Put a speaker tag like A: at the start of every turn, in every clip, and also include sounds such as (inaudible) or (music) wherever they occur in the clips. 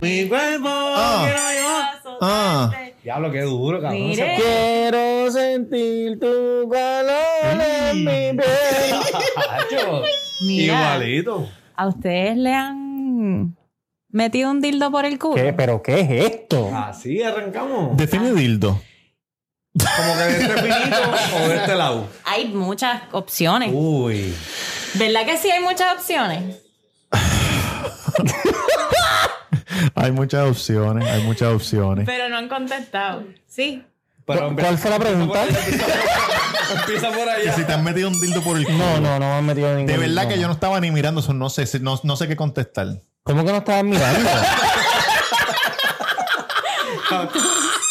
A: Mi cuerpo.
B: Ah.
A: quiero yo.
B: Ah.
C: este,
A: Diablo, qué duro, cabrón.
C: Mire.
A: Se-
D: Quiero sentir tu calor en mi piel.
A: Cacho,
C: Mira.
A: Igualito.
C: ¿A ustedes le han metido un dildo por el culo?
D: ¿Qué? ¿Pero qué es esto?
A: Así arrancamos.
C: Ah.
B: Define dildo.
A: Como que de este pinito o de este lado.
C: Hay muchas opciones.
D: Uh.
A: Uy.
C: ¿Verdad que sí hay muchas opciones?
B: Hay muchas opciones, hay muchas opciones.
C: Pero no han contestado. Sí.
A: Pero
D: ¿Cuál fue la pregunta?
A: Empieza por
B: Que
A: allá.
B: si te han metido un dildo por el culo.
D: No, no, no me han metido ningún.
B: De verdad
D: no.
B: que yo no estaba ni mirando eso, no sé, si- no, no sé qué contestar.
D: ¿Cómo que no estabas mirando?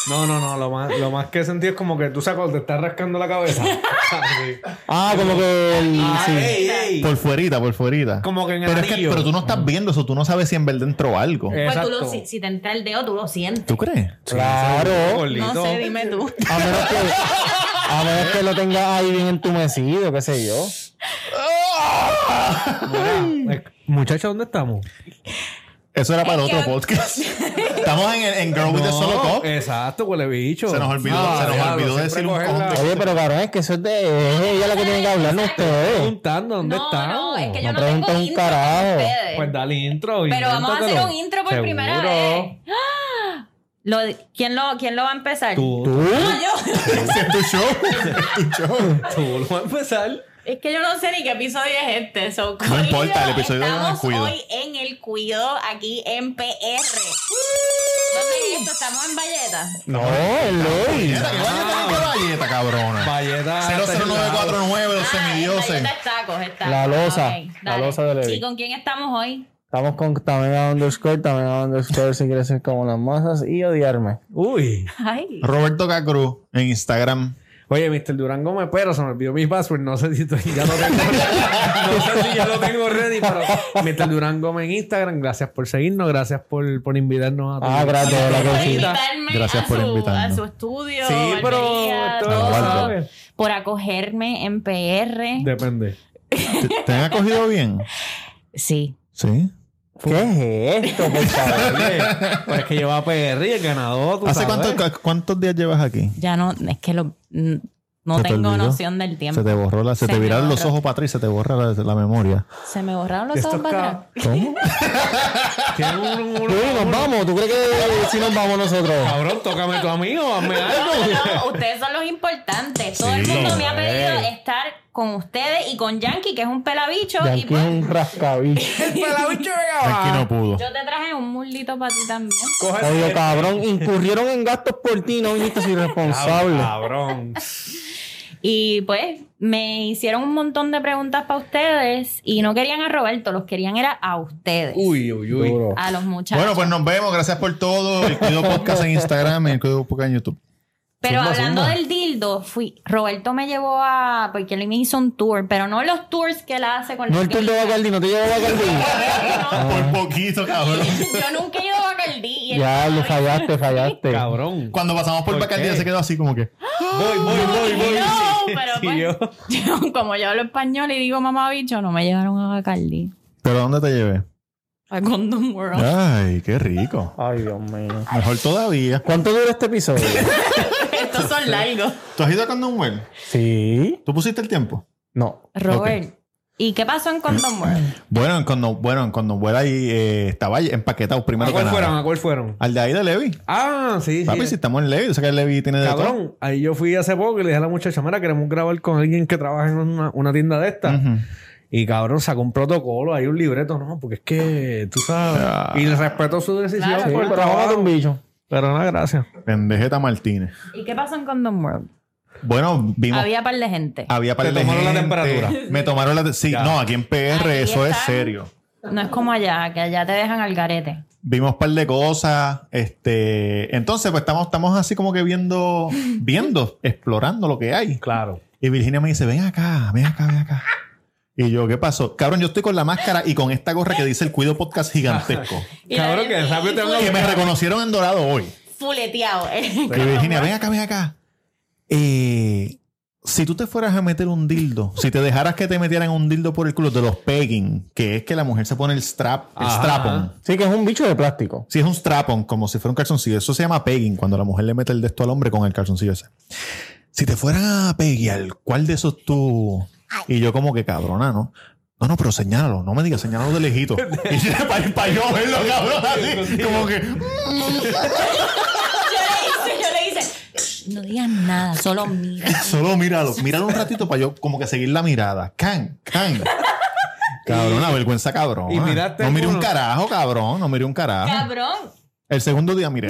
A: No, no, no. Lo más, lo más que sentí es como que tú sacas, te estás rascando la (laughs) cabeza. Así.
D: Ah, como que el.
A: Ah,
D: sí.
A: ey, ey.
B: Por fuerita, por fuerita. Ah.
A: Como que en el
B: Pero es que
A: anillo.
B: pero tú no estás viendo eso, tú no sabes si en verdad entró algo.
A: Eh,
C: Pues tú lo,
A: Exacto.
C: si, si te entra el dedo, tú lo sientes.
B: ¿Tú crees?
D: Claro.
A: Gordito.
C: No sé, dime tú.
D: A menos que. A menos que lo tengas ahí bien entumecido, qué sé yo.
A: Mira, eh, Muchacha, ¿dónde estamos?
B: (laughs) Eso era para
C: Es que
B: otro
C: yo- (laughs)
B: podcast. Estamos en, en Girl with the
A: No,
B: Solo Cup. (laughs)
A: Exacto, huele bicho.
B: Se nos olvidó,
A: Ah,
B: se nos
A: diablo,
B: olvidó
A: siempre
B: decir un
A: cogerla
B: cojón
D: Oye, pero cabrón, es que eso es de. Es ella la que tiene que hablar, no ustedes.
A: Preguntando, ¿dónde
C: no,
A: estamos?
C: no, es que yo
D: No
C: no, tengo
D: preguntes un
C: intro con
D: carajo.
C: ustedes.
A: Pues dale intro.
C: Pero vamos a hacer
A: invéntatelo.
C: un intro por primera
A: Seguro.
C: vez. ¡Ah! Lo de- ¿quién, lo, ¿Quién lo va a empezar?
A: Tú, tú,
D: ¿Tú?
C: No, yo.
B: Ese es tu show. ese es tu show.
A: lo vas a empezar.
C: Es que yo no sé ni qué episodio es este. so,
B: No importa, el
C: corillo,
B: episodio de
C: estamos
B: El Cuido.
C: hoy en El Cuido, aquí en PR. ¿Dónde es esto? Estamos en Valleta.
D: No, el Luis.
B: Mira, ¿Qué valleta ni qué valleta, cabrona?
A: Valleta.
B: 00949, los
C: Ah,
B: semidioses.
C: en Valleta es tacos, es tacos.
D: La loza,
C: Ah, ok,
D: la
C: dale.
D: loza de Levi.
C: ¿Y con quién estamos hoy?
D: Estamos con Tamega underscore, Tamega underscore si quieres ser como las masas y odiarme.
A: Uy.
C: Ay.
B: Roberto Cacruz en Instagram.
A: Oye, Mr. Durán Gómez, pero se me olvidó mi password. No sé si tú- ya lo tengo No sé si ya lo tengo ready, pero Mr. Durán Gómez en Instagram. Gracias por seguirnos, gracias por, por invitarnos a tu-
D: Ah, gracias, de la
C: por
D: cosita.
C: invitarme
B: Gracias
C: a
B: por
C: su,
B: invitarnos.
C: A su estudio.
A: Sí, pero
C: barbería,
A: esto-
C: todo.
A: Eduardo.
C: Por acogerme en PR.
A: Depende.
B: ¿Te- ¿Te han acogido bien?
C: Sí.
B: Sí.
D: ¿Qué es esto, por
A: (laughs)
D: favor?
A: Oye, Pues es que lleva a PR y el ganador. tú
B: ¿Hace
A: sabes.
B: cuánto- cu- cuántos días llevas aquí?
C: Ya no, es que lo, mm, no
B: ¿Se te
C: tengo
B: olvidó?
C: noción del tiempo.
B: Se te borró la, se,
C: Se
B: te
C: me
B: viraron los
C: borró.
B: ojos para atrás y se te borra la, la memoria.
C: Se me borraron los
A: Estos
C: ojos para
A: cabros (laughs)
C: atrás.
B: ¿Cómo?
A: tienen un- un-
D: Luis, nos vamos. ¿Tú crees que si nos vamos nosotros?
A: Cabrón, tócame tu amigo, hazme
C: (laughs)
A: algo.
C: No, no, ustedes son los importantes. Todo el
B: Sí,
C: mundo me ha
A: güey.
C: pedido estar con ustedes y con Yankee, que es un pelabicho.
D: Ya
C: y
D: aquí es
C: pues,
D: un rascabicho.
B: Aquí
A: Ah.
B: no pudo.
C: yo te traje un mulito para ti también.
A: Coge-
D: Oye, cabrón, incurrieron en gastos por ti, no viniste irresponsable.
A: Ah, Cabrón.
C: Y pues me hicieron un montón de preguntas para ustedes y no querían a Roberto, los querían era a ustedes.
A: Uy, ah, uy, uy.
D: Duro.
C: A los muchachos.
B: Bueno, pues nos vemos. Gracias por todo. El Cuido Podcast en Instagram y el Cuido Podcast en YouTube.
C: Pero
B: Zumba,
C: hablando
B: zumba.
C: del dildo, fui, Roberto me llevó a, porque él me hizo un tour, pero no los tours que él hace con los
D: No el tour de Bacardi, no te llevo Bacardi.
C: (laughs)
B: Por poquito, cabrón.
C: Yo nunca he ido a Bacardí. y él-
D: Ya, lo fallaste, fallaste.
A: Cabrón.
B: Cuando pasamos por
A: ¿Por
B: Bacardi
A: qué?
B: se quedó así como que.
A: Voy, voy, voy, voy.
C: No,
A: Sí,
C: pero
A: sí,
C: pues,
A: yo.
C: yo, (laughs) como yo hablo español y digo mamá bicho, no me llevaron a Bacardi.
B: ¿Pero a dónde te llevé?
C: A Condom World.
B: Ah. Ay, qué rico.
D: Ay, Dios mío.
B: Mejor todavía.
D: ¿Cuánto dura este episodio?
C: Estos son largos.
B: ¿Tú has ido a Condom World?
D: Sí.
B: ¿Tú pusiste el tiempo?
D: No.
C: Robert, ¿y qué pasó en Condom World?
B: Bueno, en Condom, bueno, en Condom World ahí eh, estaba empaquetado
A: ¿A
B: primero que
A: Ah, cuál
B: nada.
A: fueron? ¿A cuál fueron?
B: Al de ahí de Levi.
A: Ah, sí,
B: Papi, si
A: sí.
B: estamos en Levi, o sea que Levi tiene de todo.
A: Cabrón, ahí yo fui hace poco y le dije a la muchacha, mira, queremos grabar con alguien que trabaja en una, una tienda de estas.
B: Ujú.
A: Y cabrón, sacó un protocolo, hay un libreto, no, porque es que tú sabes.
B: Ah.
A: Y le respeto su decisión
C: Claro,
D: Sí,
A: por el
D: pero vamos a
A: trabajo.
D: un bicho.
A: Pero no, gracias.
B: Pendejeta Martínez.
C: ¿Y qué pasó en Condom World?
B: Bueno, vimos. Ah. Había,
C: Había par de gente.
B: par
A: Te
B: de
A: tomaron la
B: gente.
A: temperatura.
B: Me tomaron la. te- Sí,
A: Ya.
B: no, aquí en PR
C: Aquí
B: eso es
C: están.
B: serio.
C: No es como allá, que allá te dejan al garete.
B: Vimos un par de cosas. Este, entonces, pues estamos, estamos así como que viendo, viendo, explorando lo que hay.
A: Claro.
B: Y Virginia me dice: Ven acá, ven acá, ven acá. Y yo, ¿qué pasó? Cabrón, yo estoy con la máscara y con esta gorra que dice el Cuido Podcast
A: (laughs)
B: gigantesco.
C: Y
A: Cabrón,
C: la-
A: que rápido te
B: que
A: hablo.
B: me reconocieron en dorado hoy.
C: Fuleteado. (laughs) eh.
B: Y Virginia, ven acá, ven acá. Eh, Si tú te fueras a meter un dildo, si te dejaras que te metieran un dildo por el culo de los pegging, que es que la mujer se pone el strap, el
A: Ajá.
B: strapon.
D: Sí, que es un bicho
A: (laughs)
D: de plástico.
B: Si es un strapon, como si fuera un calzoncillo, eso se llama pegging, cuando la mujer le mete el de esto al hombre con el calzoncillo ese. Si te fueran a peggear, ¿cuál de esos tú? Y yo como que cabrona, ¿no? No, no, pero señálalo, no me digas, señálalo de lejito. y yo (laughs) para yo verlo, cabrón, así, como que...
C: Yo le hice, yo le hice. No digas nada, solo mira.
B: Solo míralo, míralo un ratito para yo como que seguir la mirada. Can, can. Cabrón, una vergüenza, cabrón.
A: y miraste
B: no miré un
A: alguno.
B: carajo, cabrón. No miré un carajo.
C: Cabrón.
B: El segundo día miré.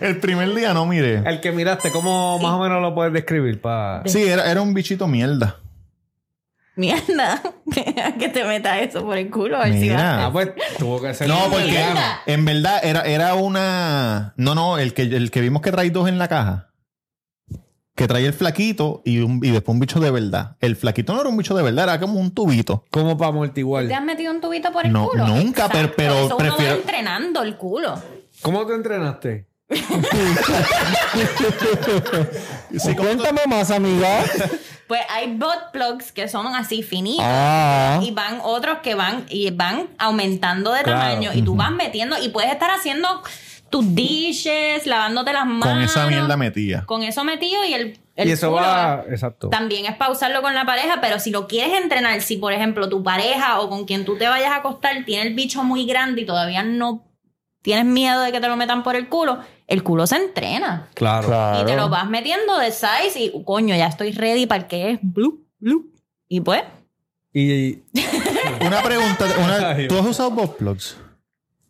B: el primer día no miré.
A: El que miraste, ¿cómo más o menos lo puedes describir? Pa...
B: Sí, era, era un bichito mierda.
C: Mierda. (laughs) que te metas eso por el culo. A ver si
B: Mira.
C: va.
A: Ah, pues tuvo que ser.
B: No,
C: ¿Qué
B: porque
C: mierda?
B: en verdad era, era una. No, no, el que, el que vimos que trae dos en la caja. Que trae el flaquito y, un, y después un bicho de verdad. El flaquito no era un bicho de verdad, era como un tubito.
A: Como para amortiguar.
C: ¿Te has metido un tubito por el
B: No,
C: culo?
B: nunca, pero- pero
C: Eso uno va
B: prefiero-
C: entrenando el culo.
A: ¿Cómo te entrenaste?
B: Sí, como-
D: Cuéntame
A: (laughs)
D: más, amiga.
C: Pues hay bot plugs que son así finitos.
D: Ah.
C: Y van otros que van y van aumentando de
A: Claro.
C: tamaño y tú vas metiendo y puedes estar haciendo tus dishes, lavándote las manos.
B: Con esa mierda metía.
C: Con eso metido y el, el
A: y eso
C: culo
A: va. Exacto.
C: También es pausarlo con la pareja, pero si lo quieres entrenar, si por ejemplo tu pareja o con quien tú te vayas a acostar tiene el bicho muy grande y todavía no tienes miedo de que te lo metan por el culo, el culo se entrena.
A: Claro.
D: Claro.
C: Y te lo vas metiendo de size y coño, ya estoy ready para el que es blue, blue. Y pues,
A: Y
B: Una pregunta.
A: Ay,
B: Una, ¿Tú has usado both plugs?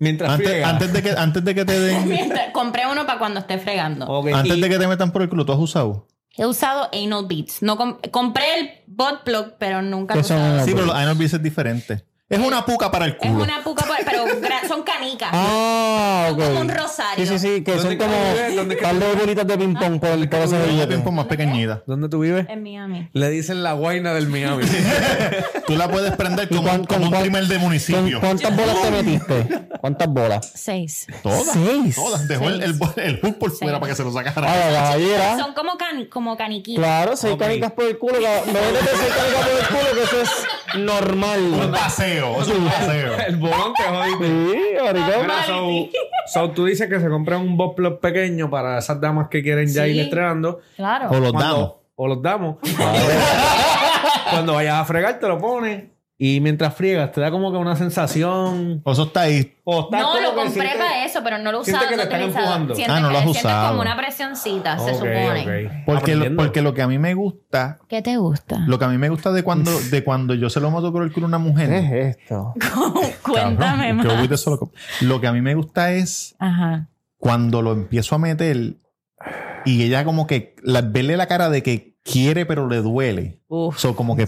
A: mientras
B: Antes,
A: friega.
B: antes de que, antes de que te
D: (laughs)
B: den.
C: mientras- (laughs) compré uno para cuando esté fregando.
A: Ok,
B: Antes
A: y-
B: de que te metan por el culo, ¿tú has usado?
C: He usado anal beats. No com- compré el bot plug, pero nunca lo he
D: Que son
C: usado.
D: anal
B: Sí, pero los anal beads es diferente. Es una puca para el
C: Es
B: culo.
C: una puca, pero gra- son canicas.
D: Ah, ok.
C: Son como un rosario.
D: Sí, sí, sí, que son
A: ¿Dónde-
D: como
A: dónde- dónde-
D: un par de bolitas de ping-pong por el por ese
B: Una
D: billete.
B: pimpo más pequeñita.
A: ¿Dónde tú vives?
C: En Miami.
A: Le dicen la guaina del
B: (laughs)
A: Miami.
B: Tú la puedes prender como,
D: cuán-
B: un- como
D: con
B: un
D: cuán-
B: primer de
D: ¿Con-
B: municipio.
D: ¿Cuántas bolas te metiste?
C: (laughs)
D: ¿Cuántas bolas?
C: Seis.
B: Todas.
D: Seis.
B: Todas. Dejó el, el, el hook por fuera para que se lo
D: Ah,
B: sacara.
D: la caballera.
C: Son como, can- como caniquitas.
D: Claro, seis
A: Ok.
D: canicas por el culo. cab- Me métete seis canicas por el culo, que eso es
B: Un
D: normal.
B: paseo. Es un
D: (laughs)
B: paseo.
A: El bolón te jodiste.
D: Sí, maricón.
A: Mira, so, so tú dices que se compran un bobplot pequeño para esas damas que quieren ya
C: Sí.
A: ir estrenando.
C: Claro.
B: O los
A: Cuando-
B: damos.
A: O los damos. (laughs) Cuando vayas a fregar, te lo pones. Y mientras friegas, te da como que una sensación.
B: O eso está ahí.
A: O estás
C: No,
A: como
C: lo
A: que
C: compré
A: sientes-
C: para eso, pero no lo he
A: siente
C: usado.
A: que te
C: no he
A: están
C: utilizado.
A: empujando.
C: Siente
B: Ah, no
C: que-
B: lo has
C: sientes
B: usado.
C: como una presioncita, se
A: Ok,
C: supone.
A: ok.
B: Porque lo,
A: Aprendiendo.
B: porque lo que a mí me gusta,
C: ¿Qué te gusta?
B: lo que a mí me gusta de cuando, de cuando yo se lo mato por el culo a una mujer.
D: ¿Qué es esto?
B: Cabrón,
C: (laughs) Cuéntame
B: que
C: más.
B: voy de solo con- Lo que a mí me gusta es
C: Ajá.
B: cuando lo empiezo a meter y ella como que la, verle la cara de que quiere pero le duele. O
C: Uf.
B: como que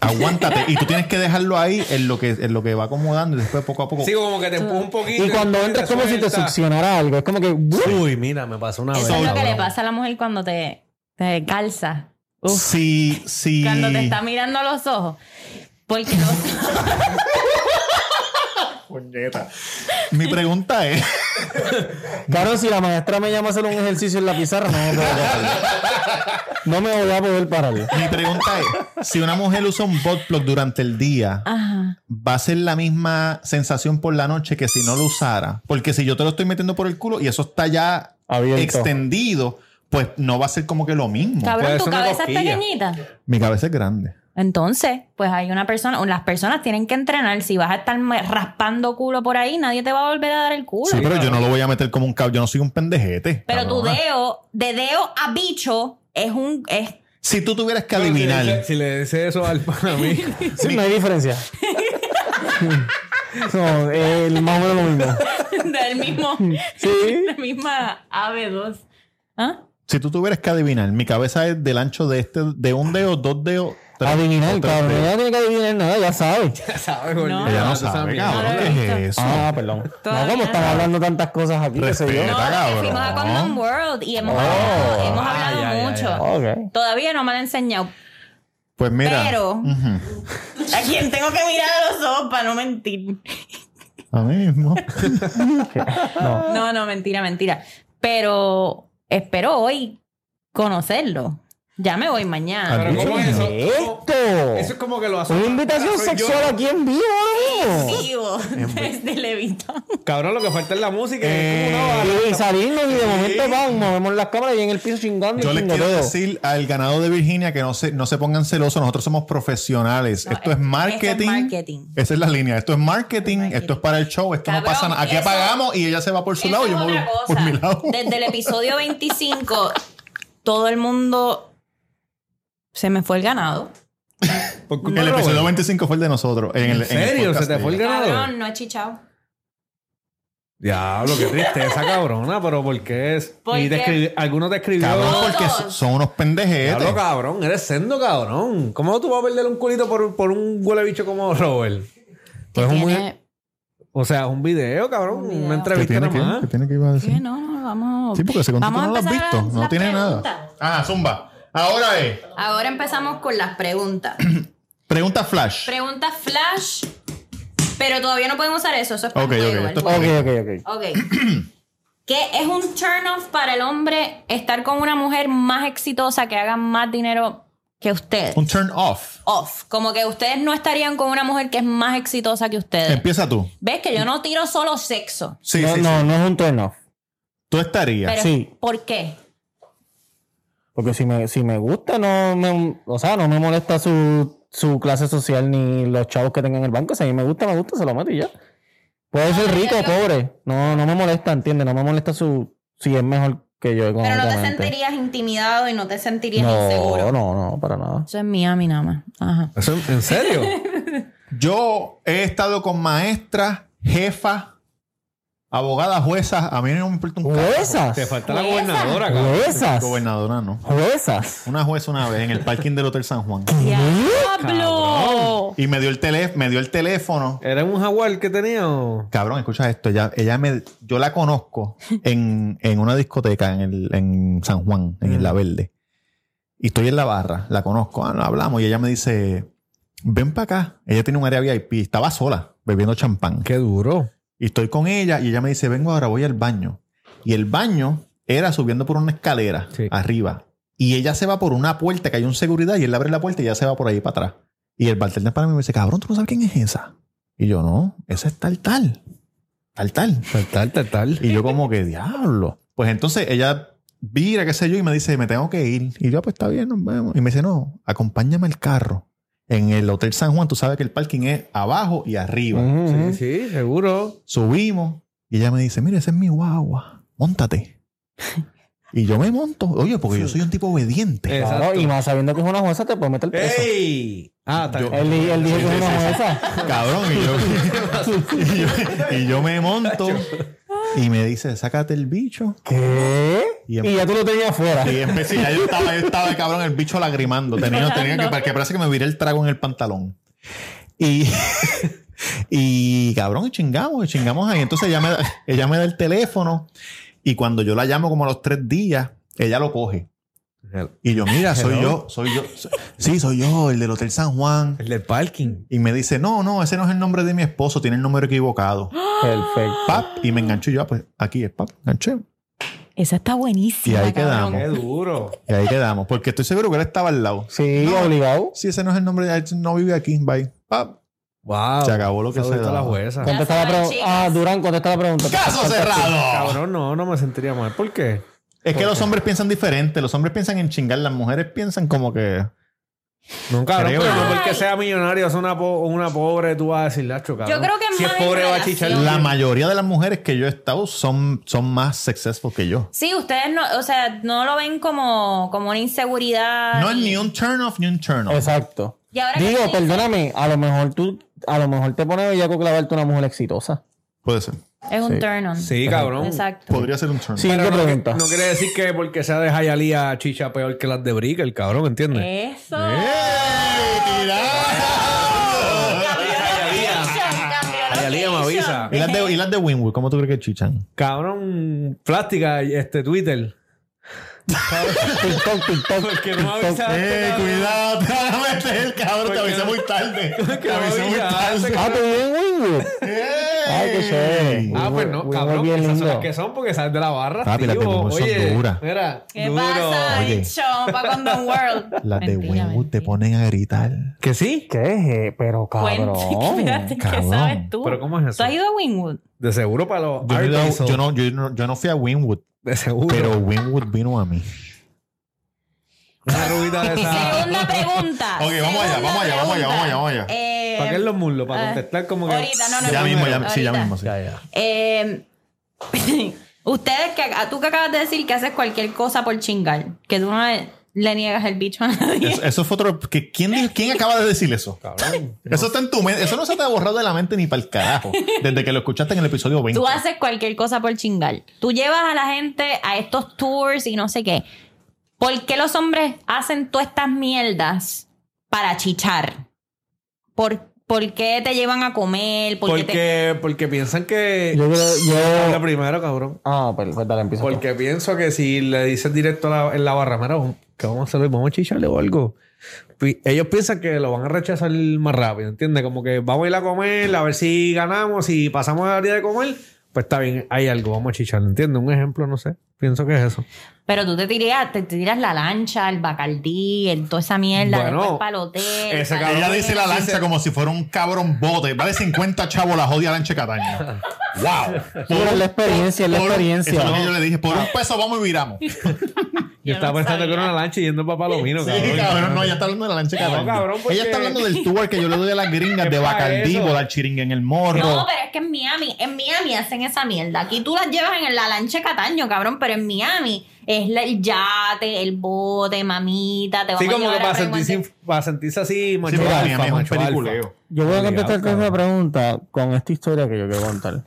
B: aguántate y tú tienes que dejarlo ahí en lo que, en lo que va acomodando y después poco a poco.
A: Sí, como que te empuja un poquito.
D: Y cuando entras, como si te
A: suelta.
D: succionara algo. Es como que.
A: Uy, mira, me pasó una vez.
C: Eso es lo que
A: cabrón.
C: le pasa a la mujer cuando te, te calza. Uf.
B: Sí, sí.
C: Cuando te está mirando a los ojos. Porque los
B: Puñeta. Mi pregunta es.
D: Claro, si la maestra me llama a hacer un ejercicio en la pizarra, no me voy a poder parar. No me voy a poder parar.
B: Mi pregunta es, si una mujer usa un bot plug durante el día,
C: Ajá.
B: va a ser la misma sensación por la noche que si no lo usara. Porque si yo te lo estoy metiendo por el culo y eso está ya
D: Abierto.
B: extendido, pues no va a ser como que lo mismo.
C: Cabrón,
A: Puede
C: tu
A: ser una
C: cabeza es
A: cosquilla.
C: pequeñita.
B: Mi cabeza es grande.
C: Entonces, pues hay una persona, o las personas tienen que entrenar. Si vas a estar me- raspando culo por ahí, nadie te va a volver a dar el culo.
B: Sí, pero yo no lo voy a meter como un cab, yo no soy un pendejete.
C: Pero tu
B: cabrona.
C: dedo, de dedo a bicho, es un. Es, (laughs)
B: Si tú tuvieras que
A: Si le dice-
B: adivinar,
A: Si le dices eso al (laughs) pana mí.
D: Sí, no hay diferencia. No, el más o menos lo mismo.
C: del mismo.
D: Sí.
C: La misma AB2. ¿Ah?
B: si tú tuvieras que adivinar, mi cabeza es del ancho de este, de un dedo, dos dedos, tres-
D: Adivinar,
B: o tres
D: cabrón.
B: dedos.
D: Ella no tiene que adivinar nada, ya sabe.
A: ¿Sabes,
C: No.
B: Ella
C: Ah,
B: no
A: tú sabes,
B: sabe,
A: mira.
B: cabrón, ¿qué es eso?
D: Ah,
A: (laughs)
D: perdón. No,
C: Todavía
D: como están
C: no.
D: hablando tantas cosas aquí, qué sé
B: Respeta.
D: yo.
C: No, es que
B: cabrón.
C: fuimos a Condom World y hemos
B: Oh.
C: hablado, hemos
A: Ah,
C: hablado
A: ya, ya,
C: mucho.
A: ya.
D: Ok.
C: Todavía no me lo han enseñado.
B: Pues mira.
C: Pero-
B: Ujú.
C: ¿A quién tengo que mirar a los ojos para no mentir?
B: A mí mismo.
D: No.
C: No, no, mentira, mentira. Pero espero hoy conocerlo. Ya me voy mañana.
A: Pero ¿cómo es eso? Eso es
D: ¡Esto!
A: como que lo hace.
D: Una invitación
A: Soy yo.
D: sexual aquí en vivo, amigo.
C: Vivo desde Levitón.
A: Cabrón, lo que falta es la música. es como una
D: Eh,
A: bala.
D: y salimos y de momento vamos, movemos las cámaras y en el piso chingando. y
B: Yo les
D: chingo
B: quiero
D: todo.
B: decir al ganado de Virginia que no se, no se pongan celosos. Nosotros somos profesionales.
C: No,
B: esto es
C: esto es
B: marketing.
C: marketing.
B: Esa es la línea. Esto es marketing.
C: Marketing.
B: Esto es para el show. Esto no
C: Cabrón,
B: pasa nada. Aquí
C: eso-
B: apagamos y ella se va por su
C: Eso
B: lado.
C: es
B: Yo me voy
C: otra cosa.
B: por mi lado.
C: Desde el episodio 25, todo el mundo se me fue el ganado.
A: Por culpa
B: (laughs) El
A: de
B: episodio
A: Robert.
B: 25 fue el de nosotros. En,
A: ¿En
B: el, el
A: serio? ¿Se
B: podcast
A: te
B: de
A: fue el
B: ella.
A: ganador?
C: Cabrón, no he chichado.
A: Diablo, qué tristeza, cabrona. Pero ¿por qué es?
C: ¿Por
A: y te
C: qué?
A: escribi- alguno te escribió.
B: Cabrón,
C: Todos.
B: porque so- son unos pendejetes.
A: Diablo, cabrón. Eres sendo, cabrón. ¿Cómo tú vas a perder un culito por, por un huele bicho como Robert?
C: Que
A: Pues un
C: tiene-
A: muy- O sea, un video, cabrón.
C: Un video.
A: Una
B: ¿Qué
A: entrevista
B: tiene que,
A: nada
B: qué
A: más.
B: tiene que iba a
C: que
B: decir?
C: no, no, vamos.
B: Sí, porque ese
C: Vamos
B: contacto
C: a
B: no lo has
C: empezar a
B: visto.
C: las
B: No tiene nada.
C: preguntas.
B: Ajá, zumba. Ahora es.
C: Ahora empezamos con las preguntas.
B: Pregunta flash.
C: Preguntas flash, pero todavía no pueden usar eso. Eso es para
B: Ok,
C: el
B: ok,
C: juego,
B: esto
C: el
B: es
D: Ok,
C: juego.
D: ok, ok.
C: Ok. ¿Qué es un turn off para el hombre estar con una mujer más exitosa que haga más dinero que usted?
B: Un turn off.
C: Off. Como que ustedes no estarían con una mujer que es más exitosa que ustedes.
B: Empieza tú.
C: ¿Ves que yo no tiro solo sexo?
B: Sí,
D: no,
B: sí,
D: no,
B: sí.
D: no es un turn off.
B: Tú estarías.
C: Pero,
D: Sí.
C: ¿Por qué?
D: Porque si me, si me gusta, no me, o sea, no me molesta su, su clase social ni los chavos que tenga en el banco. Si a mí me gusta, me gusta, se lo meto y ya. Puede ser rico o pobre. No, no me molesta, ¿entiendes? No me molesta su si es mejor que yo
C: Pero no te
D: económicamente.
C: sentirías intimidado y no te sentirías
D: No,
C: inseguro.
D: no, no, para nada.
C: Eso es Miami nada más. Ajá.
A: Eso- ¿En serio?
B: (laughs) Yo he estado con maestras, jefas, abogadas, juezas. A mí no me importa un carajo.
D: Juezas.
A: te falta la
C: Esa.
A: gobernadora, cabrón.
D: Juezas.
B: Gobernadora, no.
D: Juezas.
B: Una jueza una vez en el parking del Hotel San Juan.
C: ¡Diablo!
B: Y me dio el, telé- me dio el teléfono.
A: ¿Era un jaguar que tenía o...?
B: Cabrón, escucha esto. Ella, ella me, yo la conozco en, en una discoteca en, el- en San Juan, en La Verde. Y estoy en la barra, la conozco, ah, hablamos. Y ella me dice, ven para acá. Ella tiene un área VIP. Estaba sola, bebiendo champán.
A: Qué duro.
B: Y estoy con ella y ella me dice, vengo ahora, voy al baño. Y el baño era subiendo por una escalera
A: Sí.
B: arriba. Y ella se va por una puerta que hay un seguridad y él abre la puerta y ella se va por ahí para atrás. Y el bartender para mí me dice, cabrón, ¿tú no sabes quién es esa? Y yo, no, esa es tal tal. Tal tal.
A: Tal, tal, tal.
B: Y yo como que, diablo. Pues entonces ella vira, qué sé yo, y me dice, me tengo que ir. Y yo, "Ah, pues está bien, nos vemos. Y me dice, no, acompáñame al carro. En el Hotel San Juan, tú sabes que el parking es abajo y arriba.
D: Ujú, ujú.
A: Sí, sí, seguro.
B: Subimos y ella me dice, mira, ese es mi guagua, montate. Y yo me monto. Oye, porque yo soy un tipo obediente.
A: Exacto.
D: Claro, y más sabiendo que es una jueza, te puede meter preso.
A: ¡Ey! Ah, tal.
B: Yo-
D: Él, él dijo que es una jueza.
B: (laughs) Cabrón. Y yo, (laughs) y yo- y yo me monto y me dice, sácate el bicho.
D: ¿Qué?
B: Y
D: Y,
B: en-
A: em-
D: ya tú lo tenías afuera.
B: Y empecé, ya yo estaba, yo estaba, cabrón, el bicho lagrimando. Tenía, tenía que, que parece que me viré el trago en el pantalón. Y, (laughs) y cabrón, y chingamos, y chingamos ahí. Entonces ella me, da- ella me da el teléfono y cuando yo la llamo como a los tres días, ella lo coge. Y yo, mira, soy
A: Hello.
B: yo, soy yo. so- Sí, soy yo, el del Hotel San Juan.
A: El del parking.
B: Y me dice, no, no, ese no es el nombre de mi esposo, tiene el
A: (gasps)
B: número equivocado.
D: Perfecto.
B: Pap, y me engancho y yo, ah, pues aquí es pap, enganché.
C: Esa está buenísima.
B: Y ahí
C: cabrón.
B: quedamos.
A: Qué duro.
B: Y ahí quedamos, porque estoy seguro que él estaba al lado.
D: Sí, obligado.
B: Si ese no es el nombre, de él no vive aquí, bye. Pap,
A: Wow.
B: Se acabó lo que se
A: la
B: daba.
A: jueza.
C: Ya
D: Contesta la
C: saben,
D: pregunta.
C: chicas.
D: Ah, Durán, contesta la pregunta.
B: ¡Caso cerrado!
A: Cabrón, no, no me sentiría mal. ¿Por qué?
B: Es que los hombres piensan diferente. Los hombres piensan en chingar. Las mujeres piensan como que...
A: No, cabrón,
B: Creo
A: pero no
C: yo.
A: porque sea millonario, es una, po- una pobre, tú vas a decirle, "Acho, cabrón.
C: Yo creo que es
A: si
C: más
A: es pobre,
C: en
A: va a chichar.
C: relación.
B: La mayoría de las mujeres que yo he estado son, son más successful que yo.
C: Sí, ustedes no, o sea, no lo ven como, como una inseguridad.
B: No es
C: y-
B: ni un turn off ni un turn off.
D: Exacto.
C: Y ahora que
D: Digo,
C: tú dices-
D: perdóname, a lo mejor tú, a lo mejor te pones bellaco clavarte una mujer exitosa.
B: Puede ser.
C: Es un
D: Sí.
C: turn on.
A: Sí, cabrón.
C: Exacto.
B: Podría ser un turn off.
D: Siguiente
A: Pero no,
D: pregunta.
A: no quiere decir que porque sea de Jayalía chicha peor que las de Brick, el cabrón, ¿entiendes? Eh,
C: Eso.
B: ¡Ey, tirado!
A: Jayalía me avisa.
B: ¿Y las de, y las de Winwood? ¿Cómo tú crees que chichan?
A: Cabrón, plástica, este Twitter.
D: TikTok, TikTok,
A: Porque no
D: TikTok.
A: avisa.
B: Eh, cuidado! ¡Te van a meter el cabrón, te avisé muy tarde.
C: (laughs)
B: Te avisé muy tarde.
D: Ah, tú vives en Wynwood. Ay, qué chévere.
A: Ah, pues no,
D: Wynwood
A: cabrón,
D: bien
A: esas son
D: lindo.
A: las que son porque sales de la barra,
B: Papi, las de
A: activo.
B: Wynwood son
A: Oye,
B: duras.
A: mira,
C: ¿Qué
A: duro.
C: pasa,
B: Oye.
C: bicho? Pa' con Don World.
B: Las de
C: Mentira,
B: Wynwood te
C: mentira.
B: ponen a gritar.
A: ¿Que sí?
D: ¿Qué es? eh? Pero
C: Cuenta,
D: cabrón.
C: espérate, ¿qué
B: cabrón.
C: sabes tú?
A: ¿Pero cómo es
C: ¿Tú
A: eso?
C: has ido a
B: (laughs)
C: Wynwood?
A: De seguro para los
B: Yo, no he ido a-
A: Arkansas.
B: yo no, yo, no, yo no fui a Winwood,
A: De seguro.
B: pero Winwood vino a mí.
A: Una rubita de esa.
C: Segunda pregunta.
B: Ok, vamos allá, vamos
C: Segunda
B: allá, vamos allá, vamos allá, vamos allá.
C: pregunta. Eh,
A: ¿Para qué en los muslos? Para
C: Ah.
A: contestar como que...
C: Ahorita, no, no,
B: Ya
C: no,
B: mismo,
C: no,
B: ya, sí, ya
C: ahorita.
B: mismo. sí.
D: Ya, ya.
C: Eh, (laughs) ustedes, que, a tú que acabas de decir que haces cualquier cosa por chingar, que tú no le, le niegas el bicho a nadie.
B: Eso, eso fue otro. que- ¿quién, dijo- ¿Quién acaba de decir eso?
A: Cabrón.
B: Eso está en tu mente. Eso no se te ha borrado de la mente ni para el carajo. Desde que lo escuchaste en el episodio 20.
C: Tú haces cualquier cosa por chingar. Tú llevas a la gente a estos tours y no sé qué. ¿Por qué los hombres hacen todas estas mierdas para chichar? ¿Por, por qué te llevan a comer? ¿Por qué te-
A: Porque, porque piensan que...
D: Yo creo,
A: Habla
D: yo...
A: primero, cabrón.
D: Ah, pues, pues dale, empieza.
A: Porque pienso que si le dices directo a la, en la barra, mira, ¿qué vamos a hacer hoy? ¿Vamos a chicharle o algo? Pi- Ellos piensan que lo van a rechazar más rápido, ¿entiendes? Como que vamos a ir a comer, a ver si ganamos, si pasamos la área de comer, pues está bien, hay algo, vamos a chichar, ¿entiendes? Un ejemplo, no sé. Pienso que es eso.
C: Pero tú te tiras, te tiras la lancha, el bacardí, el, toda esa mierda,
A: Bueno,
C: después para el hotel.
A: ese
C: pa'l-
A: cabrón-
B: Ella dice la lancha como si fuera un cabrón bote. Vale 50 chavos la jodida lancha de Cataño.
D: (laughs)
B: ¡Wow!
D: Pero es la experiencia, es la
B: por-
D: experiencia. Ah.
B: Eso es lo que yo le dije. Por un peso vamos y
D: (laughs)
B: viramos. Sí,
A: Yo
C: Yo
A: estaba
C: no
A: pensando que
C: sabía.
A: era una lancha yendo para Palomino, cabrón.
B: cabrón. No, ella está hablando de la lancha de
A: No,
B: Cataño.
A: cabrón, porque-
B: Ella está hablando del tour que yo le doy a las
A: (laughs)
B: gringas
A: ¿Qué
B: de
A: pa'
B: Bacardí,
A: eso?
B: dar chiringa en el morro.
C: No, pero es que en Miami, en Miami hacen esa mierda. Aquí tú las llevas en la lancha de Cataño, cabrón, pero en Miami es la- el yate, el bote, mamita, te vamos
A: Sí,
C: a
A: como que
C: llevar a
A: para
C: Raymond
A: sentirse, para sentirse así, macho
B: Sí, porque
A: alfa,
B: mi amigo es
A: macho
B: un
A: alfa.
B: peliculeo.
D: Yo voy a
A: Obligado,
D: contestarte
A: cabrón.
D: esa pregunta con esta historia que yo quiero contar.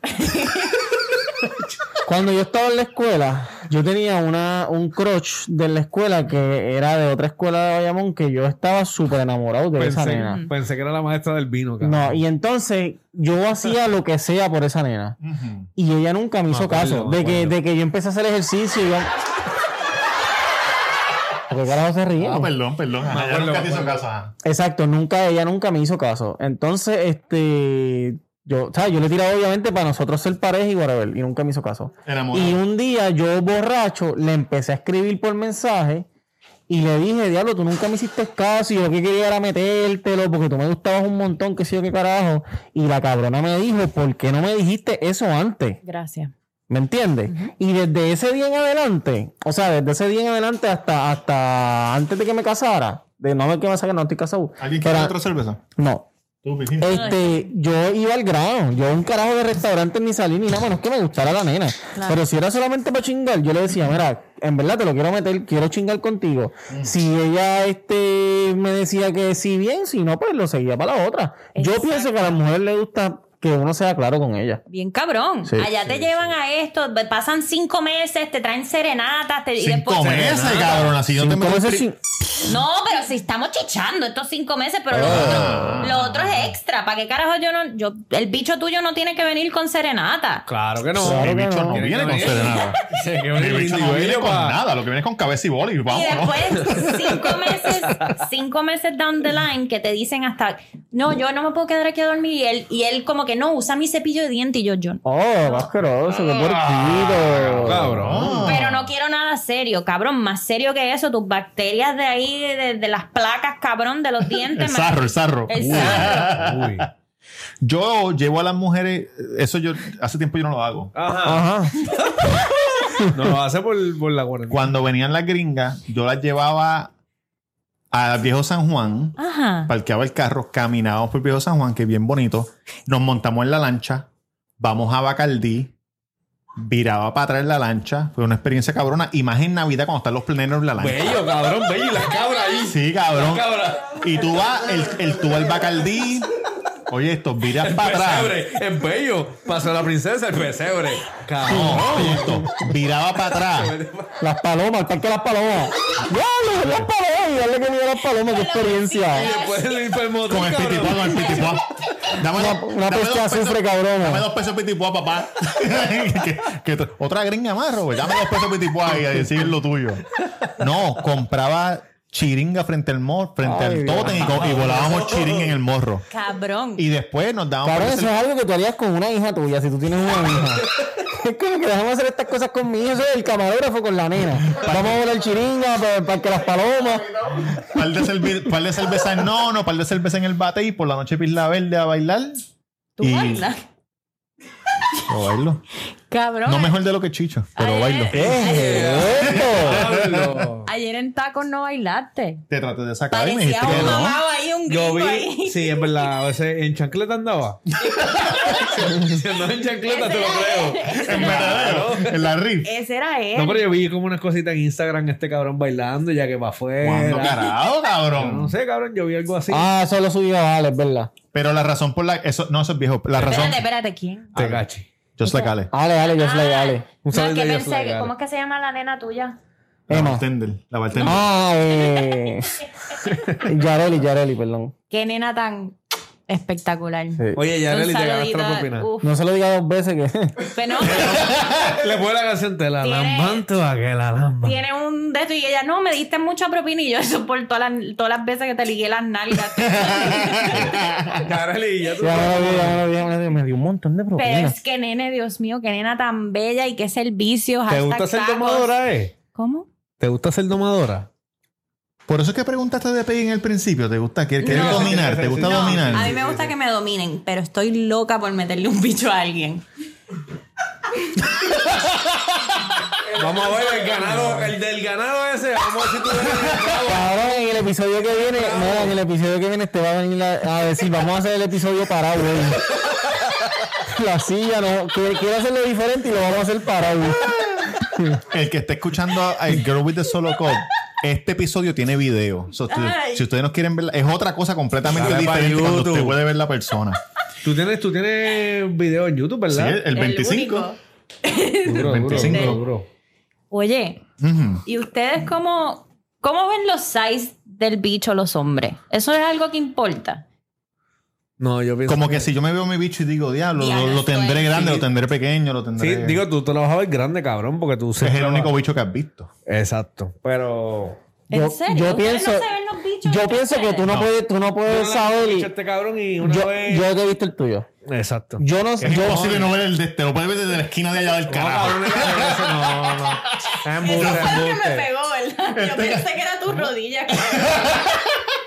D: Cuando yo estaba en la escuela, yo tenía una, un crush de la escuela que era de otra escuela de Bayamón que yo estaba súper enamorado de esa
A: Pensé,
D: nena.
A: pensé que era la maestra del vino, cabrón.
D: No, y entonces yo hacía lo que sea por esa nena.
B: Ujú.
D: Y ella nunca me hizo
A: acuerdo,
D: caso.
A: me
D: De que,
A: acuerdo.
D: de que yo empecé a hacer ejercicio y yo... ¿Por qué carajo se ríe?
B: Ah, perdón, perdón. Ajá, ella
A: acuerdo,
B: nunca
A: me
B: te hizo
A: acuerdo.
B: caso. ajá.
D: Exacto, nunca, ella nunca me hizo caso. Entonces, este, yo, ¿sabes? Yo le tiraba obviamente para nosotros ser pareja y whatever, y nunca me hizo caso. Y
B: Enamorado.
D: un día yo borracho le empecé a escribir por mensaje y le dije, diablo, tú nunca me hiciste caso y yo lo que quería era metértelo porque tú me gustabas un montón, qué sé yo qué carajo. Y la cabrona me dijo, ¿por qué no me dijiste eso antes?
C: Gracias.
D: ¿Me entiendes? Y desde ese día en adelante, o sea, desde ese día en adelante hasta, hasta antes de que me casara, de no me que me saque, no estoy casado.
B: ¿Alguien quiere
D: Pero-
B: otra cerveza?
D: No.
B: Tú, Virginia.
D: Este, yo iba al grano, yo un carajo de restaurante ni salí ni nada, no es que me gustara la nena.
C: Claro.
D: Pero si era solamente para chingar, yo le decía, mira, en verdad te lo quiero meter, quiero chingar contigo.
B: Mm.
D: Si ella este me decía que sí bien, si no, pues lo seguía para la otra. Yo
C: Exacto.
D: pienso que a las mujeres les gusta que uno sea claro con ella.
C: Bien cabrón.
D: Sí,
C: Allá te llevan a esto, pues, pasan cinco meses, te traen serenatas, te, y después.
B: Cinco meses, cabrón. Así yo te
D: Cinco
B: meto
D: veces
B: pri-
D: sin-
C: No, pero si estamos chichando estos cinco meses, pero lo, otro, lo otro es extra. ¿Para qué carajo yo no? Yo, el bicho tuyo no tiene que venir con serenata.
A: Claro que no.
D: Claro
B: Mi
D: que
B: bicho
D: no.
B: no viene con serenata.
D: (laughs)
A: Sí, que
B: Mi
A: un
B: bicho no viene
A: individuo
B: con
A: pa-
B: nada. Lo que viene es con cabeza y bola y
C: Y
B: vamos, ¿no? (laughs)
C: después, cinco meses, cinco meses down the line, que te dicen hasta, no, yo no me puedo quedar aquí a dormir. Y él, y él como que no, usa mi cepillo de diente y yo, yo no.
D: Oh, qué asqueroso,
A: Ah.
D: qué Ah. porquito.
A: Cabrón.
C: Pero no quiero nada serio, cabrón. Más serio que eso, tus bacterias de ahí, de, de las placas, cabrón, de los dientes.
B: El
C: me-
B: sarro, el sarro.
C: El sarro.
A: Uy.
B: Yo llevo a las mujeres, eso yo hace tiempo yo no lo hago.
A: Ajá.
D: Ajá.
A: No lo hace por, por la cuarentena.
B: Cuando venían las gringas, yo las llevaba al viejo San Juan,
C: Ajá.
B: parqueaba el carro, caminábamos por el viejo San Juan, que es bien bonito, nos montamos en la lancha, vamos a Bacardí, viraba para atrás en la lancha, fue una experiencia cabrona, y más en Navidad cuando están los pleneros en la lancha.
A: Bello, cabrón, bello. Y las cabras ahí.
B: Sí, cabrón.
A: Cabra.
B: Y tú vas, el, el, tú al Bacardí, oye, esto, viras para atrás.
A: Pesebre. Es bello. Pasó la princesa, el pesebre. Cabrón.
B: Oye, esto, viraba para atrás.
D: Las palomas, el parque de las palomas. ¡Diablo! ¡Las palomas! ¡Dale que me dio las palomas! ¡Qué experiencia!
A: Después ir para el motor,
B: Con este el
A: cabrón.
B: pitipuá, con el pitipuá. Dame
D: Una-
B: dos-
D: una
B: dame
D: peste
B: dos
D: de
B: pesos-
D: azufre, cabrona.
B: Dame dos pesos pitipuá, papá. (laughs) Que- que t- otra gringa más, Robert. Dame dos pesos pitipuá y a decir lo tuyo. No, compraba chiringa frente al morro, frente
D: Ay,
B: al
D: Dios.
B: totem y, co- y volábamos chiringa en el morro.
C: Cabrón.
B: Y después nos dábamos
D: Cabrón,
B: por
D: eso
B: ese-
D: es algo que tú harías con una hija tuya, si tú tienes una hija. Es como que dejamos hacer estas cosas con mi hija, eso es el camarógrafo con la nena. Vamos a volar chiringa para, para que las palomas.
B: par de, cerve- par de cerveza en nono, par de cerveza en el bate y por la noche Isla Verde a bailar.
C: Tú
B: y-
C: bailas.
B: Yo bailo.
C: Cabrón.
B: No mejor de lo que Chicho, pero
C: Ay,
B: bailo.
C: eh.
D: ¡Esto!
A: Diablo.
C: Ayer en tacos no bailaste.
B: Te traté de sacar y me
C: Parecía
B: dijiste que
C: un
B: no.
C: mamado ahí, un
A: Yo
C: gringo
A: vi,
C: ahí.
A: sí, es verdad, a veces en chancleta
C: (laughs)
A: andaba. si andaba en chancleta, te lo creo.
B: (laughs) En verdadero, en la RIF.
C: Ese era él.
A: No, pero yo vi como unas cositas en Instagram, este cabrón bailando, ya que va afuera.
B: ¿Cuándo carajo,
A: Yo no
B: cabrón?
A: sé, cabrón, yo vi algo así.
D: Ah, solo subió a Alex, ¿verdad?
B: Pero la razón por la. Eso, no, eso es viejo. La razón.
C: Espérate, espérate, ¿quién?
A: Te caché.
B: Yo soy Cale.
D: Ale, Ale, yo soy Ale.
A: eh. Un
C: Ah, No, es
A: saludo
C: que
A: a
C: pensé
A: Yasla,
C: que-
A: cara.
C: ¿cómo es que se llama la nena tuya?
B: La
D: Emma.
B: bartender. La bartender.
D: Ah, eh. Yareli, Yareli, perdón.
C: Qué nena tan espectacular.
A: Oye, ya
C: Un
A: Nelly, te ganaste
C: saludito
A: la
C: a- Uh.
A: propina.
C: Uf,
D: No se lo diga dos veces que.
C: pero
A: (laughs) Le pone la canción de la
C: Tiene-
A: lambanto a que la lamba. (laughs)
C: tiene un de esto y ella, no, me diste mucha propina y yo eso por todas las, todas las veces que te ligué las
A: (laughs)
C: nalgas.
A: Yareli, ya tú
D: Ya me lo vi, ya me lo vi, ya me lo vi. Me dio un montón de
C: pero
D: propinas.
C: es que nene, Dios mío, qué nena tan bella y qué servicio.
A: ¿Te
C: hashtag
A: gusta ser
C: tacos.
A: domadora, eh?
C: ¿Cómo?
A: ¿Te gusta ser domadora?
B: Por eso es que preguntaste de Peggy en el principio. ¿Te gusta? ¿Quieres, quieres
C: No.
B: dominar? ¿Te gusta
A: No.
B: dominar?
C: A mí me gusta que me dominen, pero estoy loca por meterle un bicho a alguien.
A: Vamos a ver el ganado, el del ganado ese. Vamos a ver si tú
D: Cabrón, en el episodio que viene, no, en el episodio que viene te va a venir la- a decir, vamos a hacer el episodio (laughs) parado, güey. La silla, no, que- quiero hacerlo diferente y lo vamos a hacer parado. güey.
B: El que esté escuchando a, a Girl with the Solo Cop, este episodio tiene video. So, tú-
C: Ay.
B: si ustedes no quieren verla, es otra cosa completamente
A: Dale pa'
B: diferente cuando usted
A: YouTube.
B: puede ver la persona.
A: Tú tienes, tú tienes video en YouTube,
B: Sí,
A: ¿verdad?
B: el, el 25.
C: único.
A: duro,
B: el
A: duro,
B: 25.
A: duro, duro.
C: Oye,
B: Ujú.
C: ¿y ustedes cómo, cómo ven los size del bicho los hombres? ¿Eso es algo que importa?
A: No, yo pienso.
B: Como que si yo me veo mi bicho y digo, diablo, lo,
C: Diablo,
B: lo
C: esto
B: tendré
C: es-
B: grande,
A: Sí.
B: lo tendré pequeño, lo
A: Sí,
B: tendré.
A: digo, tú te lo vas a ver grande, cabrón, porque tú
B: es
A: siempre
B: el
A: vas-
B: único bicho que has visto.
A: Exacto. Pero.
C: ¿En
D: Yo-
C: serio?
D: yo
C: ¿Ustedes
D: pienso-
C: no se ven los bichos
D: Yo
C: entre
D: pienso que tú no,
B: No.
D: puedes, tú no puedes saber. y-
A: Yo, este cabrón y una
D: Yo,
A: vez-
D: yo te he visto el tuyo.
A: Exacto.
D: Yo no
B: Es
D: yo,
B: imposible no ver el de este, lo puedes ver desde la esquina de allá del
A: No,
B: carajo. (laughs)
A: cabrón, no, no, no. Es embuste, embuste.
C: ¿verdad? Yo pensé que era tu rodilla.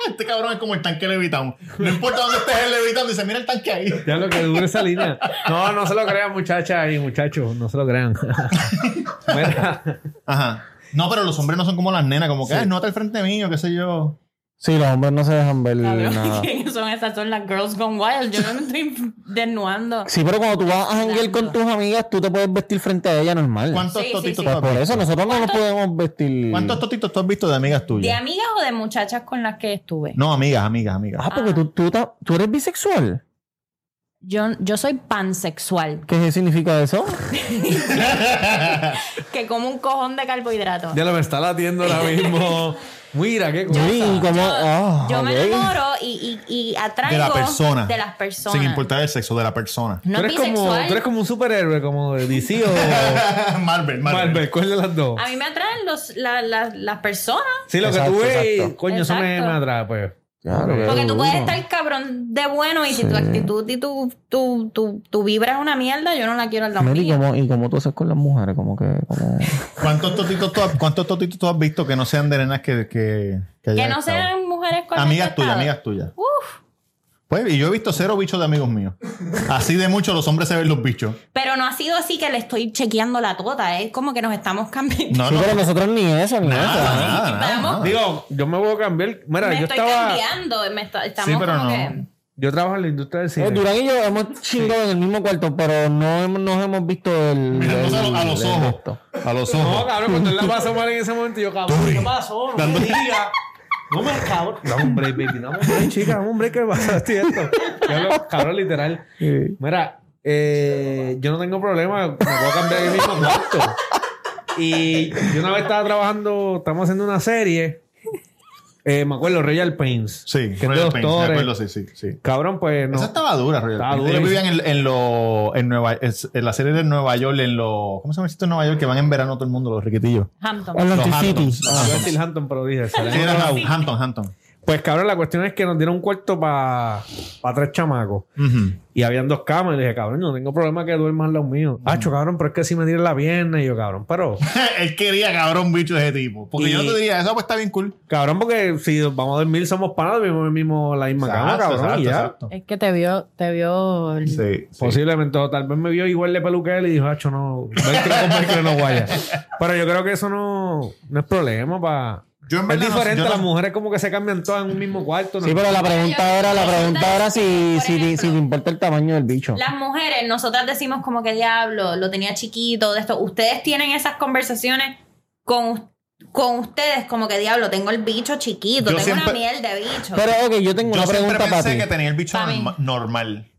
B: Este cabrón es como el tanque levitando. No importa dónde estés el levitando, dice, mira el tanque ahí.
A: Ya lo que dure esa línea. No, no se lo crean, muchachas y muchachos. No se lo crean. (laughs) Mira,
B: Ajá. No, pero los hombres no son como las nenas, como que, ay, no está al frente mío, qué sé yo.
D: Sí, los hombres no se dejan
C: (laughs)
D: ver (laughs) nada.
C: ¿Quiénes son esas? Son las Girls Gone Wild. Yo no me estoy (laughs) desnudando.
D: Sí, pero cuando tú vas a janguear con tus amigas, tú te puedes vestir frente a ella normal.
B: ¿Cuántos
C: Sí, sí,
B: totitos
C: sí.
B: tú has
D: Pues por
B: visto?
D: eso nosotros no nos podemos vestir.
B: ¿Cuántos totitos tú has visto de amigas
C: ¿De
B: tuyas?
C: amigas o de muchachas con las que estuve?
B: No, amigas, amigas, amigas.
D: Ah, porque tú, tú, ta- tú eres bisexual.
C: Yo, yo soy pansexual.
D: ¿Qué significa eso?
C: Que como un cojón de carbohidratos.
A: ya lo me está latiendo ahora mismo. Mira, qué cosa.
D: Sí, como. ah,
C: Yo me
D: ok.
C: enamoro y, y, y atraigo
B: De la persona.
C: de las personas.
B: Sin importar el sexo de la persona. (laughs)
C: No
A: tú,
C: es
A: eres como,
C: bisexual.
A: tú eres como un superhéroe, como de (laughs) DC o
B: Marvel,
A: Marvel. ¿Cuál de las dos?
C: A mí me atraen los, la- la- las personas.
A: Sí, lo
D: Exacto,
A: que tú ves,
D: exacto.
A: coño, eso me,
C: Exacto.
A: me atrae, pues.
D: Claro, qué
C: Porque tú
D: duro.
C: puedes estar cabrón de bueno y si tu actitud y tu, tu, tu, tu vibra es una mierda, yo no la quiero al lado
D: Meli,
C: mío.
D: ¿cómo- ¿y cómo tú haces con las mujeres? Como que. como-
B: ¿Cuántos totitos tú has, cuántos totitos tú has visto que no sean de nenas que, que,
C: Que
B: hayan
C: no
B: estado?
C: sean mujeres con
B: Amigas
C: las que
B: tuyas,
C: he estado.
B: amigas tuyas.
C: Uf,
B: Pues, y yo he visto cero bichos de amigos míos. Así de mucho los hombres se ven los bichos.
C: pero no ha sido así que le estoy chequeando la tota, es como que nos estamos cambiando.
B: No,
D: Sí,
B: no. Ah,
D: pero nosotros ni eso, ni
B: Nada,
D: eso.
B: nada, nada,
C: Vamos.
B: nada.
A: Digo, yo me voy a cambiar. Mira,
C: me
A: yo
C: estoy
A: estaba.
C: cambiando, me está- estamos
B: Sí, pero
C: como
B: no.
C: que...
A: Yo trabajo en la industria del cine.
D: Eh, Durán y yo hemos chingado en el mismo cuarto, pero no hemos- nos hemos visto el.
B: Mirándose a,
D: el-
B: lo- a los
D: el
B: ojos.
D: resto.
B: A los
A: No,
B: ojos.
A: cabrón, cuando él la pasó mal en ese momento, yo, cabrón, ¿qué pasó? No me digas. No me cabrón. Dame un break, baby. Dame un break, chica. Dame un break que pasa esto y esto. Yo lo- cabrón, literal.
D: Sí.
A: Mira, eh, yo no tengo problema. Me puedo cambiar el mismo cuarto. Y yo una vez estaba trabajando, estamos haciendo una serie. Eh, me acuerdo, Royal Pains.
B: Sí,
A: Que es de
B: Royal Pains, me
A: doctores.
B: acuerdo, sí, sí, sí.
A: Cabrón, pues no.
B: Esa estaba dura, Royal
A: Estaba
B: Pains.
A: dura.
B: Ellos vivían en, en, lo- en Nueva, es- en la serie de Nueva York, en los... ¿Cómo se llama el sitio en Nueva York? Que van en verano todo el mundo, los riquitillos.
C: Hampton.
D: Atlantic
B: Los
D: City.
B: Hamptons.
A: Iba a decir Ah, Hampton, pero dije.
B: Sí,
A: sale.
B: era la- Hampton, Hampton.
A: Pues cabrón, la cuestión es que nos dieron un cuarto para tres chamacos.
B: Ujú.
A: Y habían dos camas. Y le dije, cabrón, no tengo problema que duermas al lado mío. Hacho, Ah, cabrón, pero es que si me tiran la pierna. Y yo, cabrón, pero...
B: (laughs) Él quería cabrón bicho de ese tipo. Porque yo
A: Y-
B: no te diría, eso pues está bien cool.
A: Cabrón, porque si vamos a dormir somos panas, vivimos el mismo, la misma cama,
B: Exacto,
A: cabrón. y
B: exacto,
A: ya. pues
B: exacto.
E: Es que te vio, te vio. el-
B: Sí, sí.
A: Posiblemente, o tal vez me vio igual de peluque a él y dijo, hacho, no, Velcro con Velcro no guaya. Pero yo creo que eso no, no es problema para...
B: Yo en
A: Es
B: verdad no-
A: diferente,
B: yo
A: las
B: no-
A: mujeres como que se cambian todas en un mismo cuarto. ¿no?
D: Sí, pero la pregunta era, la pregunta era si,
C: Por
D: si, te-
C: ejemplo.
D: si te importa el tamaño del bicho.
C: Las mujeres, nosotras decimos como que diablo, lo tenía chiquito, de esto. Ustedes tienen esas conversaciones con, con ustedes, como que diablo, tengo el bicho chiquito,
B: Yo
C: tengo
B: siempre-
C: una miel de bicho.
D: Pero ok, yo tengo
B: Yo
D: una
B: siempre
D: pregunta para
B: pensé
D: ti.
B: que tenía el bicho
C: Pa' mí.
B: norma- normal.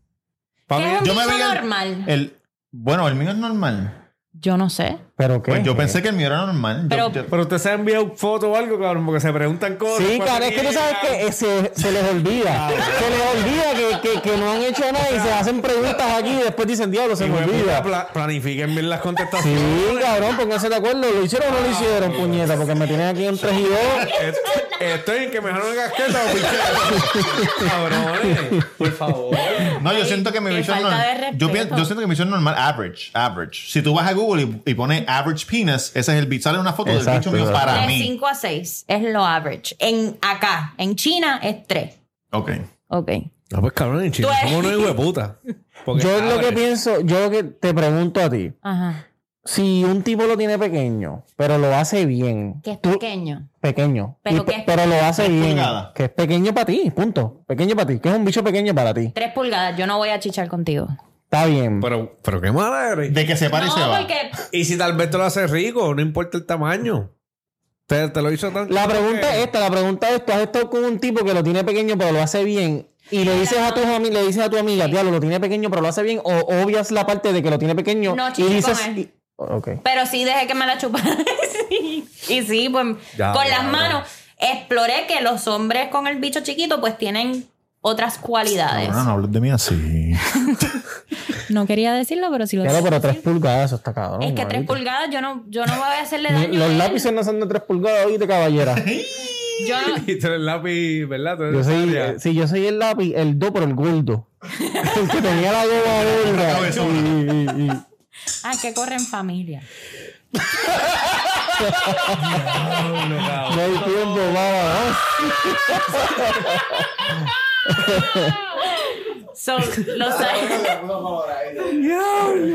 A: Pa'
C: ¿Qué
A: mí-
C: es un
B: Yo me
C: bicho
B: veía el-
C: normal?
B: El, bueno, el mío es normal.
E: Yo no sé.
D: ¿Pero qué?
B: Pues yo pensé que el mío era normal. Yo-
C: Pero-
B: yo-
A: Pero usted se ha enviado foto o algo, cabrón, porque se preguntan cosas.
D: Sí,
A: pues,
D: claro, es que tú sabes
A: mira.
D: que eh, se, se
B: (laughs)
D: les olvida. Se les olvida que, que, que no han hecho nada y se hacen preguntas aquí y después dicen, diablo, se
A: Hijo
D: me
A: de puta,
D: olvida.
A: pla- planifiquen bien las
D: Sí,
A: contestaciones.
D: cabrón, pónganse de acuerdo. ¿Lo hicieron o
B: Ah,
D: no lo hicieron, puñeta? Porque me tienen aquí en 3 y 2.
A: Est- Estoy en que mejor una casqueta o pichero. Cabrones, por favor.
B: pues, no, yo siento que mi
C: qué
B: bicho es
C: falta de
B: normal. Yo,
C: respeto.
B: pien- yo siento que mi bicho es normal, average, average. Si tú vas a Google y, y pones average penis, ese es el bicho. Sale una foto del
D: Exacto,
B: bicho mío
D: ¿verdad?
B: para
C: de
B: mí.
C: 5 a 6 es lo average. En acá, en China es 3.
B: Ok.
C: Ok.
A: No, pues cabrón, en Chile
C: Tú eres-
A: somos unos hijos de puta. Porque,
D: Yo lo que
A: cabrón,
D: pienso, yo lo que te pregunto a ti.
C: Ajá.
D: Si un tipo lo tiene pequeño, pero lo hace bien.
C: Que es
D: tú-
C: pequeño.
D: Pequeño.
C: Pero
D: Y
C: que
D: pe-
C: es-
D: pero lo hace bien.
B: pulgadas.
D: Que es pequeño para ti, punto. Pequeño para ti. Que es un bicho pequeño para ti.
C: 3 pulgadas, yo no voy a chichar contigo.
D: Está bien.
A: Pero, pero qué mala eres.
B: De que se para y se
C: No,
B: va.
C: porque
A: Y si tal vez te lo hace rico, no importa el tamaño. Te, te lo hizo tan.
D: La pregunta es esta, la pregunta es, tú has estado con un tipo que lo tiene pequeño pero lo hace bien y le dices a tus ami- le dices a tu amiga, diablo, lo tiene pequeño pero lo hace bien o obvias la parte de que lo tiene pequeño
C: No,
D: y
C: chichi
D: dices
C: con él.
D: y- Ok.
C: Pero sí dejé que me la chupara. (laughs) sí. Y sí, pues
A: Ya,
C: con
A: ya,
C: las
A: ya.
C: manos exploré que los hombres con el bicho chiquito pues tienen otras cualidades.
B: Cabrona, no hables de mí así.
C: (laughs)
E: No quería decirlo, pero si lo
D: Claro, pero 3 pulgadas eso está cabrón.
C: es que tres
D: maldito.
C: pulgadas yo no, yo no voy a hacerle
D: Ni-
C: daño. a
D: Los
C: él.
D: lápices no son de 3 pulgadas, oíste, caballera.
C: Yo no-
A: (laughs) Y tú eres el lápiz, ¿verdad? Tú eres
D: Yo soy,
A: Aria.
D: si yo soy el lápiz, el do por el gordo. (laughs) El que tenía la
B: La
D: goma gorda.
B: cabezona.
D: Y- y- y- y-
C: Ah, que corre en familia.
D: No hay tiempo, baba. ¿no?
C: So, los
A: Diablo,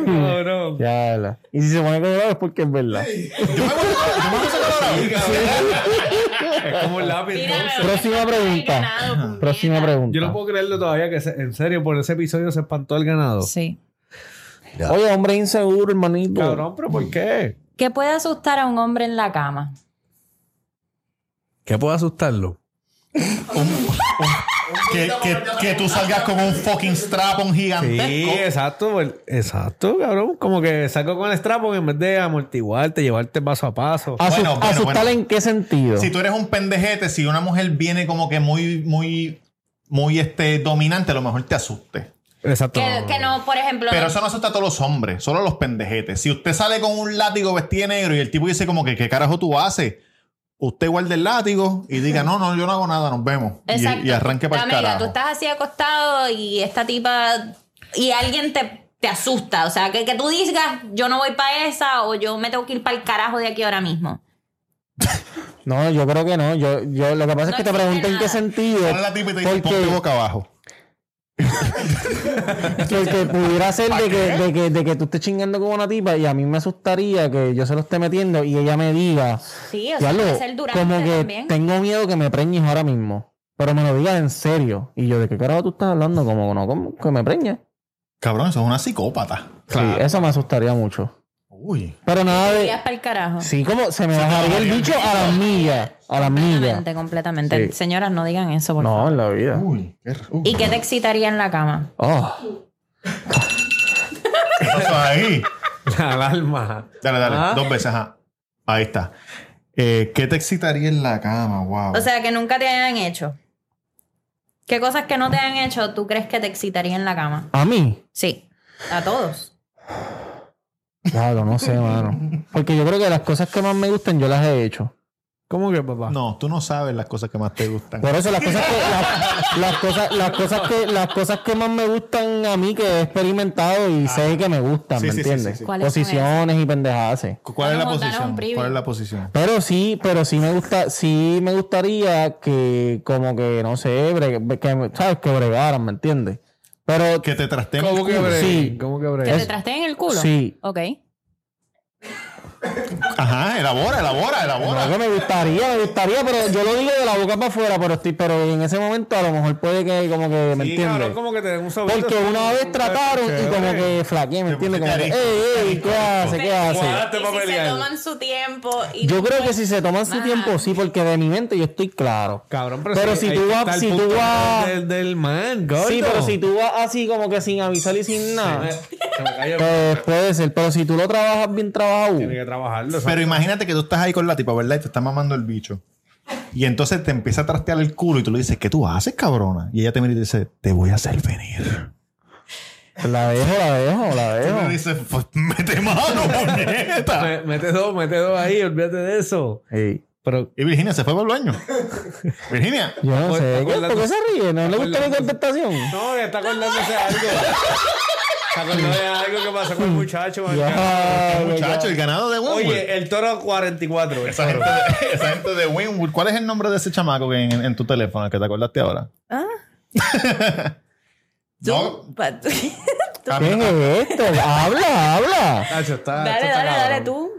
A: cabrón.
D: Ya, la- Y si se pone colorado es porque es verdad.
B: Yo me voy a yo me voy a sacar ahora.
A: Es como el lápiz. entonces.
D: Próxima pregunta. Próxima pregunta.
A: Yo no puedo creerlo todavía que se- en serio por ese episodio se espantó el ganado.
E: Sí.
D: Oye, hombre inseguro, hermanito.
A: Cabrón, pero ¿por qué?
C: ¿Qué puede asustar a un hombre en la cama?
A: ¿Qué puede asustarlo?
B: Que, que, que tú salgas con un fucking strapón
A: Sí,
C: (laughs)
B: gigantesco.
A: exacto, pues, exacto, cabrón. Como que saco con el strapo en vez de amortiguarte, llevarte paso a paso.
D: Asu-
B: Bueno, bueno,
D: ¿Asustar
B: bueno.
D: en qué sentido?
B: Si tú eres un pendejete, si una mujer viene como que muy, muy, muy este, dominante, a lo mejor te asuste.
A: Exacto.
C: Que,
A: (laughs)
C: que no, por ejemplo,
B: Pero
C: no-
B: eso no asusta a todos los hombres, solo a los pendejetes. Si usted sale con un látigo vestido de negro y el tipo dice como que, ¿qué carajo tú haces? Usted guarda el látigo y diga, no, no, yo no hago nada, nos vemos. Y-
C: Exacto.
B: Y, arranque para el
C: Dame, mira,
B: carajo.
C: Tú estás así acostado y esta tipa. Y alguien te, te asusta. O sea, que, que tú digas, yo no voy para esa o yo me tengo que ir para el carajo de aquí ahora mismo.
D: No, yo creo que no. Yo, yo, lo que
C: No
D: pasa es que te pregunté en
C: existe
D: qué
C: nada.
D: sentido.
B: Sale la tipa y te dice,
D: Porque-
B: ponte boca abajo.
D: Porque pudiera ser de que, de, que, de que tú estés chingando con una tipa y a mí me asustaría que yo se lo esté metiendo y ella me diga,
C: Sí, o sea,
D: "Diablo,
C: puede ser durante
D: como que
C: también.
D: tengo miedo que me preñes ahora mismo. Pero me lo digas en serio. Y yo, ¿de qué carajo tú estás hablando? Como no, como que me preñes.
B: Cabrón, eso es una psicópata.
D: Sí, eso me asustaría mucho.
B: Uy.
D: Pero nada
C: Te
D: de...
C: irías para el carajo.
D: Sí, como se me bajaría el bicho a las millas. A las millas.
C: Completamente, completamente.
D: Sí.
C: Señoras, no digan eso, por
D: No,
C: favor.
D: en la vida.
B: Uy. qué r- uy.
C: ¿Y qué te excitaría en la cama?
D: Oh.
B: ¿Qué pasó ahí?
A: La alarma.
B: Dale, dale.
A: Ah.
B: Dos veces, ajá. Ahí está. Eh, ¿Qué te excitaría en la cama? Wow.
C: O sea, que nunca te hayan hecho. ¿Qué cosas que no te hayan hecho tú crees que te excitaría en la cama?
D: ¿A mí?
C: Sí. A todos.
D: Claro, no sé, mano. Porque yo creo que las cosas que más me gustan yo las he hecho.
A: ¿Cómo que, papá?
B: no, tú no sabes las cosas que más te gustan.
D: Por eso las cosas que las, las cosas las cosas que las cosas que más me gustan a mí que he experimentado y sé que me gustan,
B: Sí,
D: ¿me
B: sí, sí, sí,
D: entiendes?
B: sí.
E: ¿Cuáles son
D: Posiciones y pendejadas. sí.
B: ¿Cu- ¿Cuál es la
E: Nos montaron un
B: posición?
E: preview.
B: ¿Cuál es la posición?
D: Pero sí, pero sí me gusta, sí me gustaría que como que no sé, bre- que sabes que bregaran, ¿me entiendes? Pero
B: Que te trasten.
A: ¿Cómo que breve?
D: Sí.
A: ¿Cómo que
E: ¿Que te
A: breve?
E: trasteen el culo?
D: Sí.
E: Ok.
B: Ajá, elabora, elabora,
D: No,
B: elabora.
D: que me gustaría, me gustaría, pero yo lo digo de la boca para afuera, pero estoy, pero en ese momento a lo mejor puede que como que me
A: Sí,
D: entiendes.
A: cabrón, como que te den un sobrito.
D: Porque una vez trataron y como que flaqueé, ¿me
B: Te
D: entiendes? Como
B: pusiste
D: que,
B: arisco,
D: ey, ey, ¿qué hace? ¿Qué hace?
A: Guardaste
C: Y
A: para
C: si se
A: pelear.
C: toman su tiempo. y-
D: Yo creo
C: (laughs)
D: que si se toman su
C: Ajá.
D: tiempo, sí, porque de mi mente yo estoy claro.
A: Cabrón, pero,
D: Pero
A: sí,
D: si
A: ahí
D: tú vas-
A: está el
D: si tú
A: punto
D: vas-
A: Del, del man, gordo.
D: Sí, pero si tú vas así como que sin avisar y sin nada,
A: Se me cayó.
D: pues puede ser. Pero si tú lo trabajas bien trabajado,
A: Tiene que trabajarlo. ¿sabes?
B: Pero imagínate que tú estás ahí con la tipa, ¿verdad? Y te está mamando el bicho. Y entonces te empieza a trastear el culo y tú le dices, ¿qué tú haces, cabrona? Y ella te mira y te dice, te voy a hacer venir.
D: pues la dejo, la dejo, la
B: Y tú le
D: dejo.
B: dices, pues mete mano,
A: (laughs)
B: puñeta.
A: Me- Mete dos, mete dos ahí, olvídate de eso.
D: Ey.
A: Pero
B: Y Virginia se fue por el baño. Virginia.
D: Yo no
A: Acu-
D: sé, ¿qué?
A: acuérdate-
D: ¿por qué se ríe? ¿No le gusta mi
A: acuérdate-
D: contestación?
A: No, que está acordándose de algo. Se acordó de algo que pasó con el muchacho. el ca-
D: Ya,
B: Muchacho, el ganado de Winwood.
A: Oye, el toro 44. el
B: esa,
A: toro.
B: gente de, esa gente de Winwood. ¿Cuál es el nombre de ese chamaco que en, en tu teléfono, el que te acordaste ahora? (laughs)
C: Ah.
B: No.
C: Tú, pa-
B: A mí,
D: ¿Qué es esto? Habla, habla.
A: Nacho, está-
C: dale,
A: Ah, esto está
C: dale, dale
A: cabrón.
C: tú.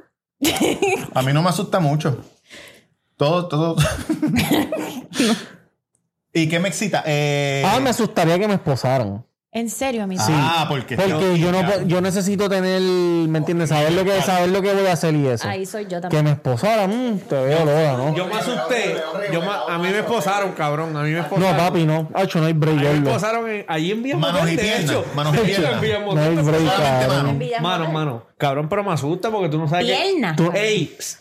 B: a mí no me asusta mucho. Todo,
C: (laughs)
B: todo. ¿Y qué me excita? Eh,
D: Ah, me asustaría que me esposaran.
E: ¿En serio, amigo?
B: Ah, porque,
D: Porque yo no po- yo necesito tener, ¿me entiendes? Saber lo que saber lo que voy a hacer y eso.
E: Ahí soy yo
D: Que
E: también.
D: me esposara, mm, te veo loca, ¿no?
A: Yo me asusté. Yo me- a mí me esposaron, cabrón. A mí me esposaron.
D: No, papi, no. Hacho, no hay
A: A
D: break,
A: mí me
D: gordo.
A: esposaron en- allí en Villamotel.
B: Manos y
A: de
B: piernas,
A: hecho.
B: manos y
A: De hecho,
B: piernas.
A: en Villamotel
D: No hay
A: me
D: break,
A: esposaron.
B: solamente
D: cabrón.
B: mano.
A: Mano, mano. Cabrón, pero me asusta porque tú no sabes que...
C: Pierna.
A: Tú, ey, pss,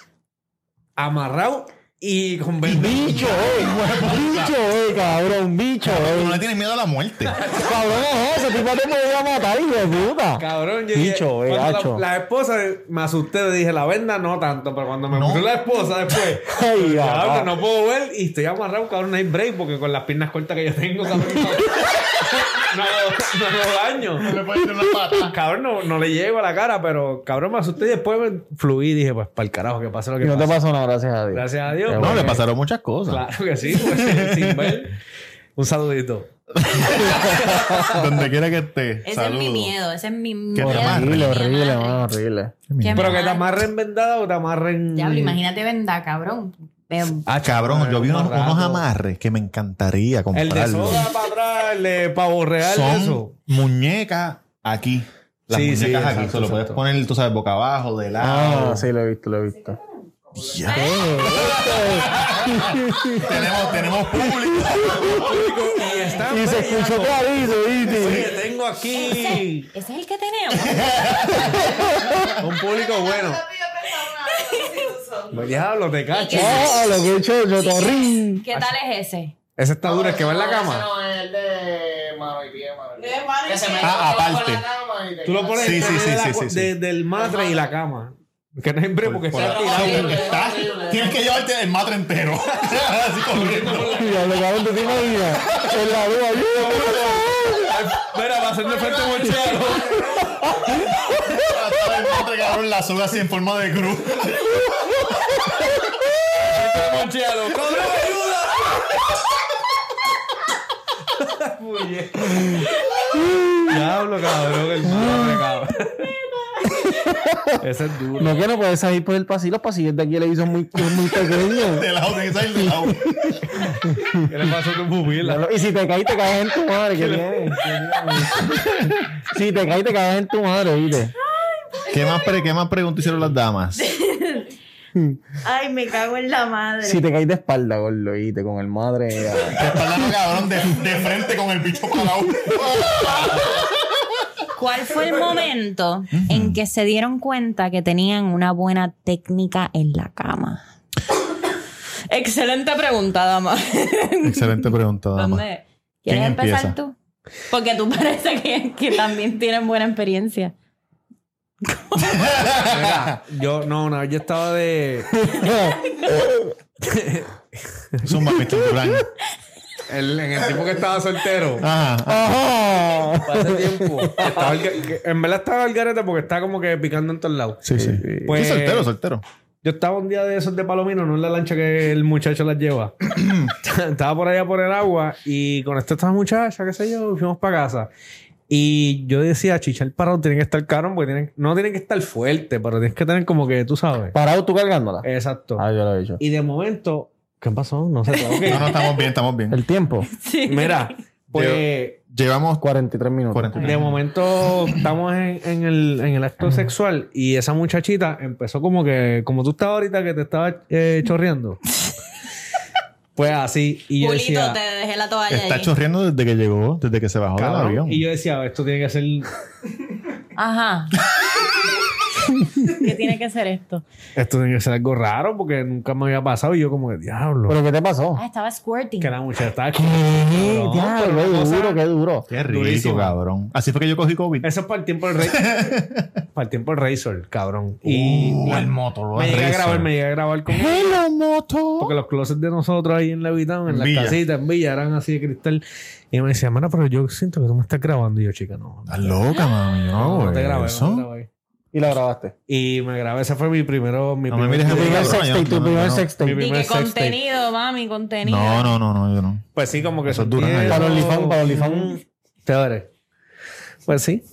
A: amarrado y con venda.
D: Bicho, eh. Bicho, eh, cabrón. Bicho,
B: Tú no le
D: eh.
B: tienes miedo a la (laughs) muerte.
D: Cabrón, es ese tipo te podía matar, hijo de puta.
A: Cabrón, yo dije-
D: Bicho, eh,
A: cuando
D: hacho.
A: la, la esposa me asusté, le dije, la venda no tanto, pero cuando me
B: No.
A: puso la esposa después,
D: Ay,
A: ya,
D: (laughs) ya,
A: ahorita
D: va.
A: no puedo ver y estoy amarrado, cabrón, no hay break porque con las piernas cortas que yo tengo, cabrón, no, (laughs) no, no hago daño.
B: Le puedes tirar una pata.
A: Cabrón, no, no le llego a la cara, pero cabrón, me asusté y después me fluí y dije, pues, para el carajo, que pase lo
D: Y
A: que
D: no te
A: pase.
D: pasó nada, gracias a Dios.
A: Gracias a Dios.
B: No, le
A: porque-
B: pasaron muchas cosas.
A: Claro que sí,
B: (laughs)
A: pues, sin ver. Un saludito.
B: Donde quiera que esté.
C: Ese
B: saludo.
C: es mi miedo, ese es mi
B: te
C: miedo.
B: amarren.
D: Horrible,
C: Mi
D: horrible,
C: madre.
D: mano, horrible.
B: Qué miedo.
C: ¿Qué
A: Pero que te
C: Ajá.
A: amarren vendada o te amarren.
C: Diablo, imagínate venda, cabrón. Ve-
B: Ah, cabrón, yo vi unos,
A: Un rato.
B: unos amarres que me encantaría
A: El de
B: comprarlos.
A: soda para atrás, el de pavo real, eso.
B: Son muñecas aquí. Las
A: Sí,
B: muñecas
A: sí,
B: aquí.
A: exacto,
B: Se lo puedes
A: exacto.
B: poner, tú sabes, boca abajo, de lado.
D: Ah, sí, lo he visto, lo he visto.
B: Ya. tenemos, tenemos
A: (laughs)
B: público.
A: Y está
D: Y se escuchó clarito,
A: Oye,
D: ¿viste?
A: tengo aquí
C: Ese es el que tenemos.
A: un público bueno. Pues, Diablo, te cacho.
D: Ah, lo que he hecho, yo torrín.
C: ¿Qué tal es ese?
A: Ese está duro, el que va en la
F: Ese
A: cama.
F: no es el de mano y pie, mano y pie.
G: De mano y
F: Que se
G: pie.
F: mete
B: Ah,
F: todo por
B: aparte.
F: la cama y te
A: Tú lo
F: queda
A: pones
B: Sí,
A: en
B: sí, sí,
A: la
B: sí,
A: cua-
B: sí.
A: de- del matre y la cama. Que no es en breve porque
B: Por
A: está
B: la-
A: tirado.
F: horrible,
B: Estás-
F: horrible.
B: Tienes que llevarte el matre entero. (laughs) Así corriendo.
D: Ya lo cabrón, tú te imaginas. En la luz, ayuda, por favor.
A: Ay, Espera, va a ser de frente
B: (laughs)
A: a un chero.
B: Todo el matre, cabrón, la soga así en forma de cruz.
A: Moncheado. ¡Cabrón, ayuda! Muy bien. Diablo, cabrón, el madre, cabrón. Ese es duro.
D: No, que no puedes salir por el pasillo. Los pasillos de aquí le hizo muy, muy pequeños.
B: De lado, tienes que salir de lado.
A: ¿Qué le pasó a tu pupila?
D: Y si te caes, te caes en tu madre. ¿Qué tienes? Si te caes, te caes en tu madre, ¿viste?
B: ¿Qué más, pre- ¿Qué más preguntas hicieron las damas?
C: Ay, me cago en la madre.
D: Si te caes de espalda, gordo, ¿viste? Con el madre. ya.
B: Espaldando, cabrón, de, de frente con el bicho parado.
C: ¿Cuál fue el momento en que se dieron cuenta que tenían una buena técnica en la cama? Excelente pregunta, dama.
B: Excelente pregunta, dama.
C: ¿Dónde? ¿Quieres
B: ¿Quién
C: empezar
B: empieza?
C: tú? Porque tú parece que, que también tienes buena experiencia.
A: Mira, yo, no, una vez yo estaba de.
B: Zumba, Mr. Durán.
A: el- en el tiempo que estaba soltero.
B: Ajá.
D: ¡Ajá!
A: Hace tiempo. Estaba al ga- que- en verdad estaba al garete porque estaba como que picando en todos lados.
B: Sí, sí.
A: Pues-
B: Sí, soltero, soltero.
A: Yo estaba un día de esos de Palomino, no en la lancha que el muchacho las lleva. estaba por allá por el agua y con esta esta muchacha, qué sé yo, fuimos para casa. Y yo decía, chichar parado tiene que estar caro porque tienen- no tiene que estar fuerte, pero tienes que tener como que, tú sabes.
D: Parado tú cargándola.
A: Exacto.
D: Ah, yo lo he hecho.
A: Y de momento, ¿qué pasó? No sé. claro que-
B: (laughs) No, no, estamos bien, estamos bien.
D: El tiempo,
A: Mira, pues...
B: Llevamos
D: 43 minutos.
B: 40.
A: De momento estamos en, en el, en el acto sexual y esa muchachita empezó como que, como tú estabas ahorita que te estaba
B: (laughs)
A: eh, chorreando. Pues así, y yo
C: Pulito,
A: decía,
C: te dejé la toalla
B: Está
C: ahí.
B: chorreando desde que llegó, desde que se bajó del
A: "Cabrón",
B: avión.
A: y yo decía, esto tiene que ser, (laughs)
E: Ajá. ¿Qué tiene que ser esto?
A: esto tiene que ser algo raro porque nunca me había pasado y yo como que, diablo,
D: ¿Pero qué te pasó?
E: Ah, estaba squirting.
A: que la muchacha estaba...
D: Eh,
A: Cabrón,
D: diablo,
A: pero
D: qué
A: una cosa-
D: duro, qué duro.
B: Qué rico,
A: Durísimo.
B: cabrón. Así fue que yo cogí COVID.
A: Eso es para el tiempo
B: (laughs)
A: del rey. para el tiempo del Razor, cabrón. Y
B: Uh,
A: la-
B: el moto, lo
A: me llegué a
B: arrezo.
A: grabar, me llegué a grabar con
B: Hello, moto.
A: Porque los closets de nosotros ahí en la habitación, en
B: En
A: las
B: Villa.
A: casitas, en Villa, eran así de cristal. Y me decía, mano, pero yo siento que tú me estás grabando. Y yo, chica, no.
B: Estás loca, mami. Yo No,
A: No,
B: hago
A: te grabé,
B: eso.
A: no te grabé.
D: Y la grabaste.
A: Y me grabé, ese fue mi primero. Mi
B: No me
A: primer-
B: mires
D: Tu
B: así.
D: primer
B: Cabrón,
D: sextape,
B: yo-
D: tu
B: no,
D: primer
B: no.
D: sextape.
A: Mi
C: Y
A: primer
C: que
A: sex tape.
C: contenido, mami, contenido.
B: No, no, no, no, yo no.
A: Pues sí, como que
B: Eso es duro, ¿no?
D: Para OnlyFans, para OnlyFans.
A: Mm, Te veré. Pues sí.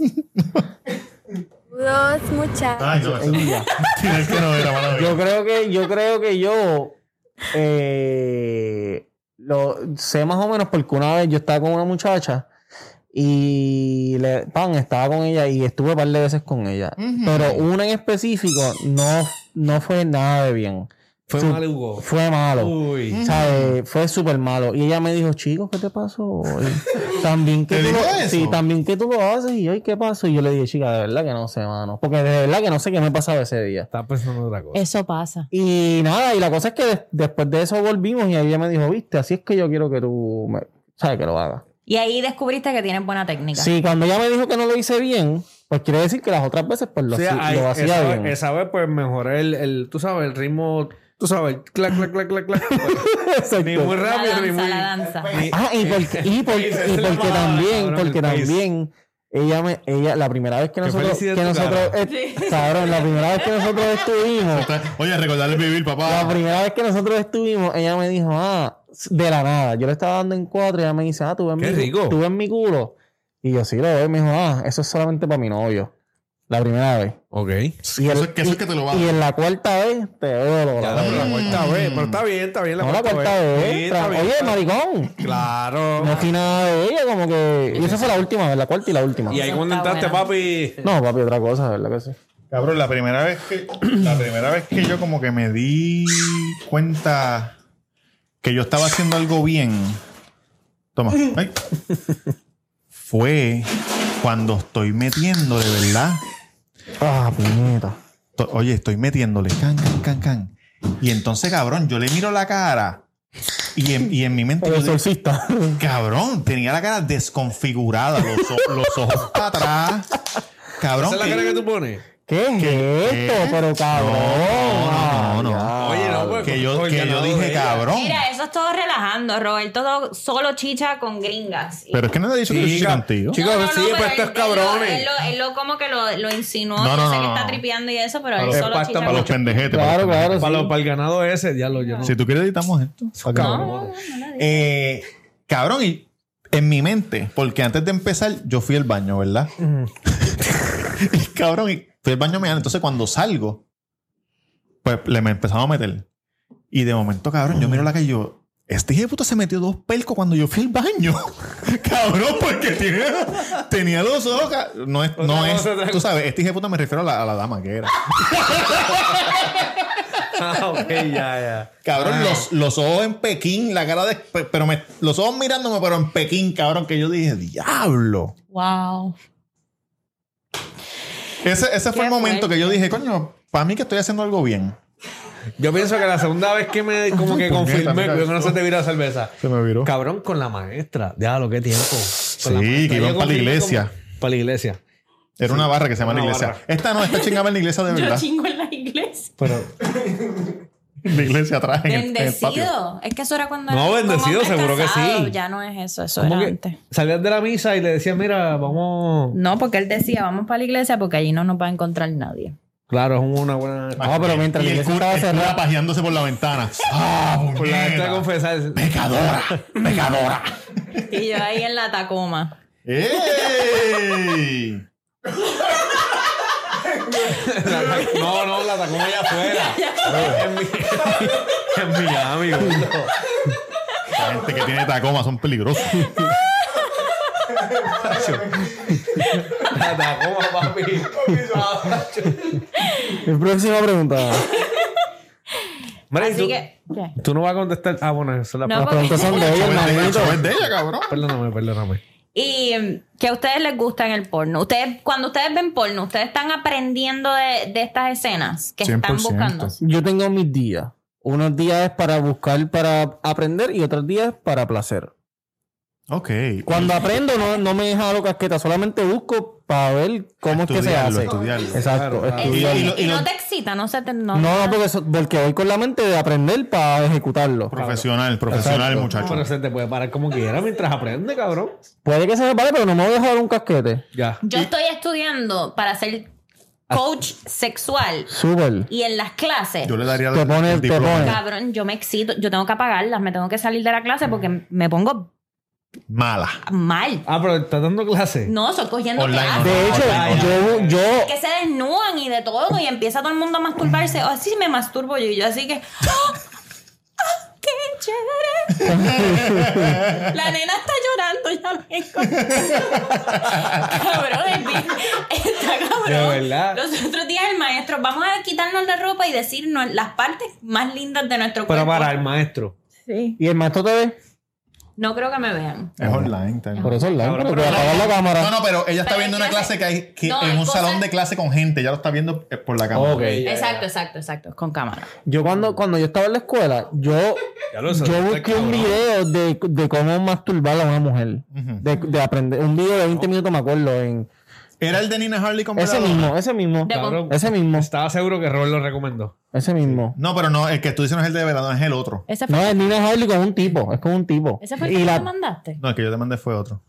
G: Saludos, muchachos.
B: Ay, no, eso.
D: Ey, ya.
B: (laughs) Tienes que no era mala vida.
D: Yo creo que yo creo que yo eh, lo sé más o menos porque una vez yo estaba con una muchacha y le, pan estaba con ella y estuve un par de veces con ella, pero una en específico no no fue nada de bien,
A: Fue
D: Sí.
A: mal Hugo.
D: fue malo.
A: Uy.
D: ¿Sabes? eh, Fue súper malo. Y ella me dijo, chicos, ¿qué te pasó? hoy?
B: (laughs)
D: También que
B: ¿Te
D: tú
B: dijo
D: lo,
B: eso?
D: sí, también que tú lo haces. Y hoy, ¿qué pasó? Y yo le dije, chica, de verdad que no sé, mano. Porque de verdad que no sé qué me pasaba ese día.
A: Estaba pensando en otra cosa.
E: Eso pasa.
D: Y nada, y la cosa es que des- después de eso volvimos y ella me dijo, viste, así es que yo quiero que tú, me- ¿sabes? Que lo hagas.
C: Y ahí descubriste que tienes buena técnica.
D: Sí, cuando ella me dijo que no lo hice bien, pues quiere decir que las otras veces pues lo,
A: O sea,
D: hacía-
A: ahí-
D: lo hacía
A: esa, vez-
D: bien.
A: esa vez, pues mejoré el, el, tú sabes, el ritmo, tú sabes, clac, clac, clac, clac, (laughs) clac.
D: (laughs) Exacto.
A: ni muy
C: La
A: rápido, ni muy...
C: danza, la danza.
A: ni-
D: Ah, y porque,
A: (laughs)
D: y por-
A: Esa es
D: y
A: la
D: porque
A: mamada,
D: también,
A: cabrón,
D: porque
A: el país.
D: también, ella me, ella, la primera vez que
A: Qué
D: nosotros,
A: felicidad
D: que
A: tu
D: nosotros,
A: cara.
D: eh, cabrón, la primera vez que nosotros estuvimos,
A: (laughs)
B: Oye, recordarle vivir,
D: La
B: papá.
D: primera vez que nosotros estuvimos, ella me dijo, ah, de la nada. Yo le estaba dando en cuatro y ella me dice, ah, tú ves,
A: Qué
D: mi, cu-
A: rico.
D: tú ves mi culo. Y yo sí lo veo. Y me dijo, ah, eso es solamente para mi novio. La primera vez.
A: Ok.
D: Y, el-
B: eso es que- eso es que te lo va a
D: y
B: dar.
D: en la cuarta vez, te veo. lo-
A: Ya, pero la cuarta vez, pero está bien, está bien.
D: no, la cuarta vez.
B: eh,
A: Sí,
D: tra-
A: está bien,
D: Oye,
A: está bien.
D: maricón.
A: Claro.
D: No fui nada de ella, como que. Y esa fue la última, vez, la cuarta y la última.
A: Y ahí
C: Eso
A: cuando
C: está
A: entraste,
C: bueno.
A: papi.
D: No, papi, otra cosa, ¿verdad que sí?
B: Cabrón, la primera vez que la primera vez que yo como que me di cuenta que yo estaba haciendo algo bien. Toma. Ay. Fue cuando estoy metiendo de verdad.
D: Ah, puñeta.
B: To- Oye, estoy metiéndole can, can, can, can. Y entonces, cabrón, yo le miro la cara y en, y en mi mente
D: El
B: yo digo, (laughs)
D: exorcista.
B: cabrón, tenía la cara desconfigurada, los, o- los ojos para atrás. Cabrón,
A: Esa es la
B: que-
A: cara que tú pones.
D: ¿Qué es esto? Pero cabrón.
B: No, no, no, no.
D: Ah,
A: Oye, no, pues,
B: Oh, que yo,
A: con el
B: que yo
A: ganador,
B: dije,
A: eh.
B: cabrón.
C: Mira, eso es todo relajando, Roberto. todo- solo chicha con gringas. Y-
B: Pero es que nadie ha dicho que yo
A: Chica,
B: estoy contigo.
A: chica, Chicos, sí, pues,
C: pero
A: estos
C: él- él lo-
A: cabrones.
C: Él lo, él lo como que lo, lo insinuó.
B: No,
C: yo
B: no,
C: sé
B: no,
C: que
B: no,
C: está
B: no.
C: tripeando y eso, pero
A: A
C: él
A: los-
C: solo
A: pasta
C: chicha
A: para
B: Para
C: con
B: los pendejetes. para
D: Claro,
B: los pendejetes.
D: claro.
A: Para,
D: sí.
A: lo- para el ganado ese, diablo, yo no.
B: Si tú quieres, editamos esto. Para que
A: No,
B: lo
A: no,
B: pongas. Eh, cabrón, y en mi mente, porque antes de empezar, yo fui al baño, ¿verdad? (laughs) y cabrón, y fui al baño mañana. Entonces, cuando salgo, pues le me empezaba a meter. Y de momento, cabrón, yo miro la calle y yo. Este hijo de puta se metió dos pelcos cuando yo fui al baño. (laughs) cabrón, porque tiene- tenía dos ojos. ca- No es, no
A: Otra
B: es.
A: cosa, otra
B: Tú sabes, este hijo de puta me refiero a la, a la dama que era.
A: (laughs) Ah, ok, ya, ya. Ah.
B: Cabrón, los, los ojos en Pekín, la cara de. pe- Pero me, los ojos mirándome, pero en Pekín, cabrón, que yo dije, diablo.
E: Wow.
B: Ese, ese fue
C: Qué
B: el momento
C: fuerte.
B: que yo dije, coño, para mí que estoy haciendo algo bien.
A: Yo pienso que la segunda vez que me como que confirmé
B: mira
A: que
B: esto.
A: no se te vira cerveza.
B: Se me viró.
A: Cabrón, con la maestra. Ya, lo que tiempo. Con
B: Sí,
A: la maestra.
B: que iban
A: Yo
B: para la
A: confirmé
B: iglesia.
A: como- Para la iglesia.
B: Era una barra que se llama
A: Una
B: la iglesia.
A: barra.
B: Esta no, esta chingaba en la iglesia de
C: Yo
B: verdad.
C: chingo en la iglesia.
A: Pero
B: La iglesia atrás en el, en el patio.
C: Bendecido. Es que eso era cuando.
A: No,
C: era con
A: bendecido,
C: hombres
A: seguro que
C: casados.
A: sí.
C: Ya no es eso, eso
A: como
C: era
A: que
C: antes.
A: salías de la misa y le decías, mira, vamos...
C: No, porque él decía, vamos para la iglesia porque allí no nos va a encontrar nadie.
A: Claro, es una buena...
D: No, pero mientras
B: y
D: la
B: el
D: iglesia
B: cura,
D: estaba
B: el cura
D: cerrada.
B: pajeándose por la
D: (laughs)
B: ventana. ¡Ah,
A: Por la maestra
B: puñeta!
A: confesar.
B: ¡Pecadora! (laughs) ¡Pecadora!
C: Y yo ahí en la Tacoma.
B: ¡Ey!
A: No, no, la atacó allá afuera. (laughs) en, mi, en Miami, (laughs) gordo.
B: La gente que tiene tacoma son peligrosos.
A: La atacó, papi.
D: Próxima pregunta.
A: Mira, y
C: Así
A: tú,
C: que. ¿Qué?
A: tú no vas a contestar. Ah, bueno, esa es la
C: No,
A: pregunta.
C: porque-
D: Preguntas son de ella,
B: El
D: hermanito.
B: show es de ella, cabrón.
A: Perdóname, perdóname.
C: Y mm, que a ustedes les gusta en el porno. Ustedes, cuando ustedes ven porno, ustedes están aprendiendo de, de estas escenas que están
B: 100%.
C: buscando.
D: Yo tengo mis días. Unos días es para buscar, para aprender y otros días para placer.
B: Ok.
D: Cuando aprendo no, no me jalo casqueta, solamente busco para ver cómo es que se
B: Estudiarlo,
D: hace.
B: estudiarlo.
A: Claro,
D: Exacto,
A: claro.
C: Y,
D: estudiarlo.
B: y lo- y
C: Eh, y no
B: lo-
C: te excita, no se te. No,
D: No, no, porque, eso- porque voy con la mente de aprender para ejecutarlo.
B: Profesional, profesional,
D: Exacto.
A: No,
B: muchacho.
A: pero se te puede parar como quiera mientras aprende, cabrón.
D: Puede que se me pare, pero no me voy a dejar un casquete.
A: Ya.
C: Yo estoy estudiando para ser coach sexual
D: Súper.
C: y en las clases.
B: Yo le daría
D: Te pone-
B: el
D: te
B: diploma.
D: pone.
C: Cabrón, yo me excito, yo tengo que apagarlas, me tengo que salir de la clase porque me pongo
B: Mala.
C: mal.
A: Ah, pero estás dando clase.
C: No, estoy cogiendo
B: Online,
C: clases.
D: De hecho,
A: ya,
D: yo, yo
C: que se desnudan y de todo y empieza todo el mundo a masturbarse. O así me masturbo yo y yo así que... ¡Ah! ¡Ah! ¡Qué chévere! La nena está llorando ya vengo. cabrón, es bien- está cabrón.
A: De verdad.
C: Los otros días el maestro, vamos a quitarnos la ropa y decirnos las partes más lindas de nuestro
A: Pero
C: cuerpo.
A: para el maestro.
C: Sí.
D: y el maestro te ve.
C: No creo que me vean.
B: Es online. tal.
D: Por eso es la,
A: Cabrón,
D: pero
A: pero
D: voy a apagar la cámara.
B: No, no, pero ella está
C: Pero
B: viendo
C: hay
B: una clase
C: clase-
B: que hay que
C: No,
B: en
C: hay
B: un
C: cosas-
B: salón de clase con gente. Ya lo está viendo eh, por la cámara.
A: Ok.
C: Exacto, exacto, exacto. Con cámara.
D: Yo cuando, cuando yo estaba en la escuela, yo,
A: Ya lo sé,
D: yo
A: está
D: busqué
A: cabrón.
D: un video de, de cómo masturbar a una mujer.
B: Ujú.
D: De, de aprender. Un video de 20 minutos, me acuerdo. En,
B: Era el de Nina Harley con
D: ese
B: veladora?
D: mismo, ese mismo.
C: De-
A: Cabrón.
D: Ese mismo,
A: Estaba seguro que Robert lo recomendó.
D: ese mismo.
B: No, pero no, el que tú dices no es el de velador, es el otro.
E: Ese
D: No,
E: fue,
D: es Nina Harley con un tipo, es con un tipo.
E: ese fue el
D: y
E: que
D: la-
E: me mandaste.
B: No, el que yo te mandé fue otro.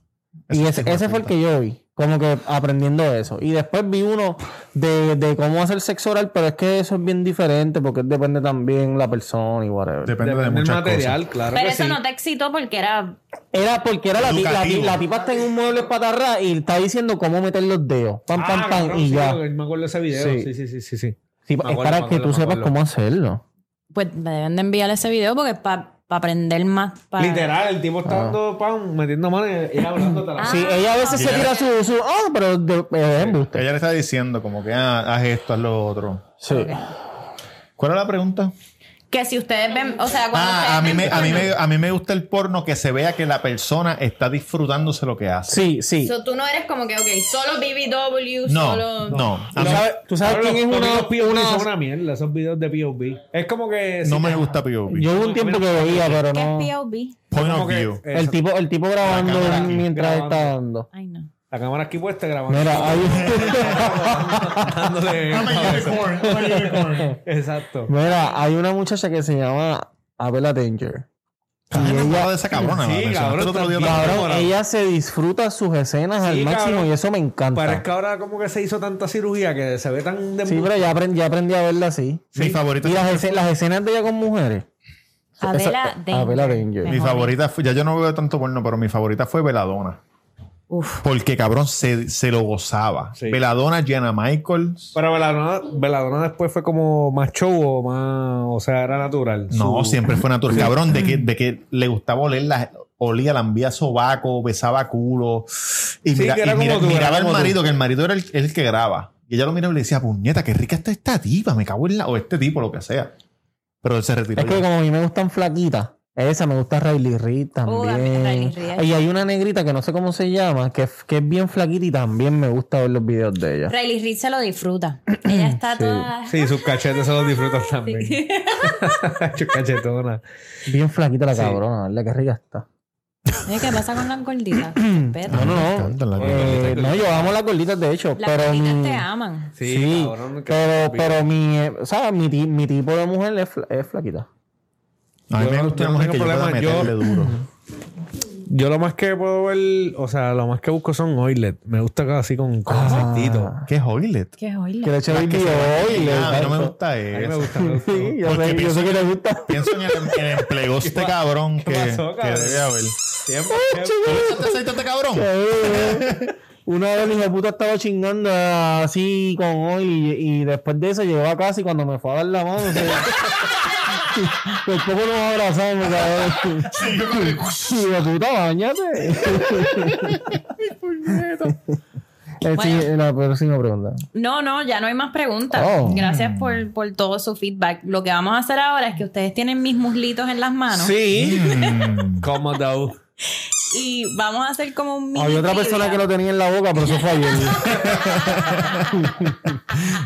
D: y ese,
B: hijo de
D: ese fue el
B: puta.
D: que yo vi, como que aprendiendo eso. Y después vi uno de, de cómo hacer sexo oral, pero es que eso es bien diferente porque depende también la persona y whatever.
B: Depende, de
A: Depende del
B: muchas
A: material,
B: cosas.
A: claro
C: Pero
A: que
C: eso
A: sí. Ah,
C: no te excitó porque era...
D: Era porque era la, ti- la, ti-
B: Educativo.
D: la tipa está en un mueble espatarra y está diciendo cómo meter los dedos. Pam, pam,
A: Ah,
D: pam,
A: cabrón,
D: y
A: sí,
D: ya.
A: Me acuerdo de ese video.
D: Sí.
A: Sí, sí, sí, sí. sí.
D: Sí,
A: me acuerdo,
D: es para
A: me
D: que
A: acuerdo,
D: tú
A: me
D: sepas
A: acuerdo.
D: cómo hacerlo.
E: Pues me deben de enviar ese video porque es para aprender más. pa-
A: Literal, el tipo está dando pan, metiendo mano y ella hablándote a la
D: Ah. Sí, eh, ella a veces se
B: Ya.
D: tira su... su ah, pero de, eh, embuste.
B: Ella le está diciendo como que ah, haz esto, haz lo otro.
D: Sí.
B: ¿Cuál era la pregunta?
C: Que si ustedes ven... O sea, cuando ustedes
B: Ah, a mí,
C: ven
B: me, a, mí
C: porno,
B: me, a mí me gusta el porno que se vea que la persona está disfrutándose lo que hace.
D: Sí, sí.
C: So, tú no eres como que, ok, solo BBW,
B: No,
C: solo...
B: no. A
D: ¿Tú
B: mí
D: sabes, tú sabes
A: Cabrón,
D: quién
A: los-
D: es
A: los
D: una,
A: POV
D: una-
A: son una mierda, esos videos de POV. Es como que.
B: no
A: sí,
B: me gusta POV.
D: Yo hubo un tiempo que veía, pero
E: ¿Qué
D: no.
E: es POV?
B: Point
A: como
B: of
A: que- eh,
B: view.
D: El tipo, el tipo grabando
B: cámara aquí,
D: mientras
A: grabando.
D: está dando.
E: Ay, no.
A: La cámara aquí puesta grabando.
D: Mira, hay
A: (laughs)
D: (laughs)
A: dándole
B: I'm a
A: cabeza.
B: unicorn, I'm a unicorn.
A: Exacto.
D: Mira, hay una muchacha que se llama Abela Danger.
B: Estás enamorado de esa cabrona.
A: Sí,
B: la mencionaste
A: cabrón,
B: el otro día
A: también.
B: también.
D: Cabrón,
A: enamorado.
D: ella se disfruta sus escenas
A: Sí,
D: al máximo
A: cabrón.
D: y eso me encanta.
A: Pero es que ahora como que se hizo tanta cirugía que se ve tan de
D: Sí, pero ya aprendí, ya aprendí a verla así.
B: Mi favorita
D: Y las, esce- las escenas de ella con mujeres.
E: Abela
D: Esa-
E: Danger.
D: Abela Danger.
B: Mi favorita, fue- ya yo no veo tanto porno, pero mi favorita fue Veladona. Porque cabrón se, se lo gozaba.
A: Sí.
B: Veladona, Gianna Michaels.
A: Pero Veladona, Veladona después fue como más show o más... O sea, era natural.
B: No,
A: Su-
B: siempre
A: (laughs)
B: fue natural. Cabrón, de que, de que le gustaba oler la, olía, la envía sobaco, besaba culo. Y,
A: Sí,
B: mira-
A: que era
B: y
A: como
B: mira-
A: tú, era
B: miraba al
A: como tú.
B: marido, que el marido era el, el que graba. Y ella lo miraba y le decía, puñeta, qué rica está esta tipa, me cago en la. O este tipo, lo que sea. Pero él se retiró.
D: Es que como a mí me gustan flaquitas, Esa me gusta Riley Reid
C: Uh, a mí Riley
D: también.
C: Reid.
D: y hay una negrita que no sé cómo se llama, que, es- que es bien flaquita y también me gusta ver los videos de ella.
E: Riley Reid se lo
B: (clears throat)
E: disfruta.
C: Ella está toda. (laughs)
A: Sí, sus cachetes se los disfrutan también. (laughs) sus cachetonas.
D: Bien flaquita la
A: Sí.
D: cabrona, ¿verdad? Qué rica está.
E: Oye, ¿Qué pasa con las
B: (clears throat)
E: gorditas? Pero,
D: No, no,
B: me
D: no.
B: encantan las
D: Eh, no, yo amo las gorditas, de hecho.
E: las
D: pero
E: gorditas
D: mi-
B: mm,
E: te aman.
A: Sí,
D: Sí,
A: cabrón. que-
D: pero, pero mi, eh, ¿sabes? Mi, ti- mi tipo de mujer es, fla- es flaquita.
B: A mí
A: Yo
B: me
A: no-
B: gusta
A: yo
B: una
A: no
B: mujer que
A: tengo
B: yo pueda
A: problema, yo-
B: meterle duro.
A: Yo lo más que puedo ver, o sea, lo más que busco son oilet. Me gusta así con, con aceitito.
B: ¿Qué es Oilet?
E: Qué joya.
D: Que le eche baby oil.
B: Ah, no me
D: exacto.
B: gusta
A: A mí me
B: eso.
A: gusta, me (laughs) gusta.
D: (laughs) Sí, yo
B: Porque
D: sé, yo
B: pienso-
D: sé que le gusta.
B: (laughs)
D: (laughs)
B: Pienso en el, en el emplegoso este cabrón que,
A: pasó,
B: que
A: cabrón?
B: debe haber.
A: Siempre,
B: ¿Tú le echaste aceite a este
D: (laughs)
B: cabrón?
D: eh, Una vez el hijo de puta estaba chingando así con hoy y, y después de eso llegó a casa y cuando me fue a dar la mano, se... (laughs) pues poco nos abrazamos, cabrón. (laughs) Hijo de puta, bañate. (laughs) la próxima pregunta.
C: No, no, ya no hay más preguntas.
D: Oh.
C: Gracias por, por todo su feedback. Lo que vamos a hacer ahora es que ustedes tienen mis muslitos en las manos
A: Sí.
B: Mm.
A: Como though.
C: y vamos a hacer como un mini
D: Había otra
C: trivia.
D: persona que lo tenía en la boca, pero eso fue
C: (laughs)
D: ayer.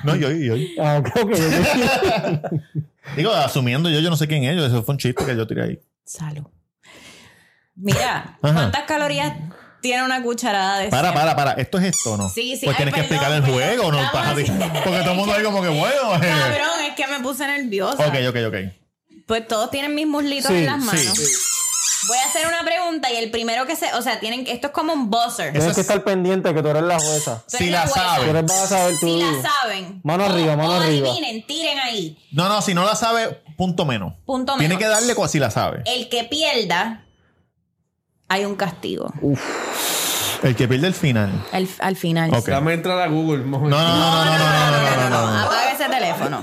B: No, yo, yo. yo.
D: Ah, ok,
C: (laughs)
D: ok, ok.
B: Digo, asumiendo yo, yo no sé quién es. Eso fue un chiste que yo tiré ahí.
E: Salud.
C: Mira,
B: Ajá.
C: ¿cuántas calorías tiene una cucharada de
B: Para,
C: sal?
B: para, para. ¿Esto es esto o no?
C: Sí, sí.
B: Pues
C: Ay,
B: tienes que explicar
C: perdón,
B: el
C: perdón.
B: juego, ¿no?
C: Estamos
B: Paja,
C: así.
B: (laughs) Porque todo el mundo ahí como que,
C: (laughs)
B: bueno. eh.
C: Cabrón, es que me puse nerviosa.
B: Ok, ok, ok.
C: Pues todos tienen mis muslitos
D: Sí,
C: en las manos.
B: sí.
C: Voy a hacer una pregunta y el primero que se, o sea, tienen que esto es como un buzzer.
D: Tienes
B: es-
D: que estar pendiente que tú eres la jueza.
C: Tú
B: Si
C: eres
B: la
C: jueza.
B: sabes.
D: Tú eres vas a saber tú.
C: Si la saben.
D: Mano arriba,
C: O-
D: mano
C: o
D: arriba.
C: Adivinen, tiren ahí.
B: No, no, si no la sabe, punto menos.
C: Punto
B: Tiene
C: menos.
B: que darle cual si la sabe.
C: El que pierda, hay un castigo.
D: Uh.
B: El que pierde el final.
E: Al, al final.
B: Ok.
A: Dame entrada a Google.
B: No, no, no, no, no, no, no, no, no.
C: Apaga ese teléfono.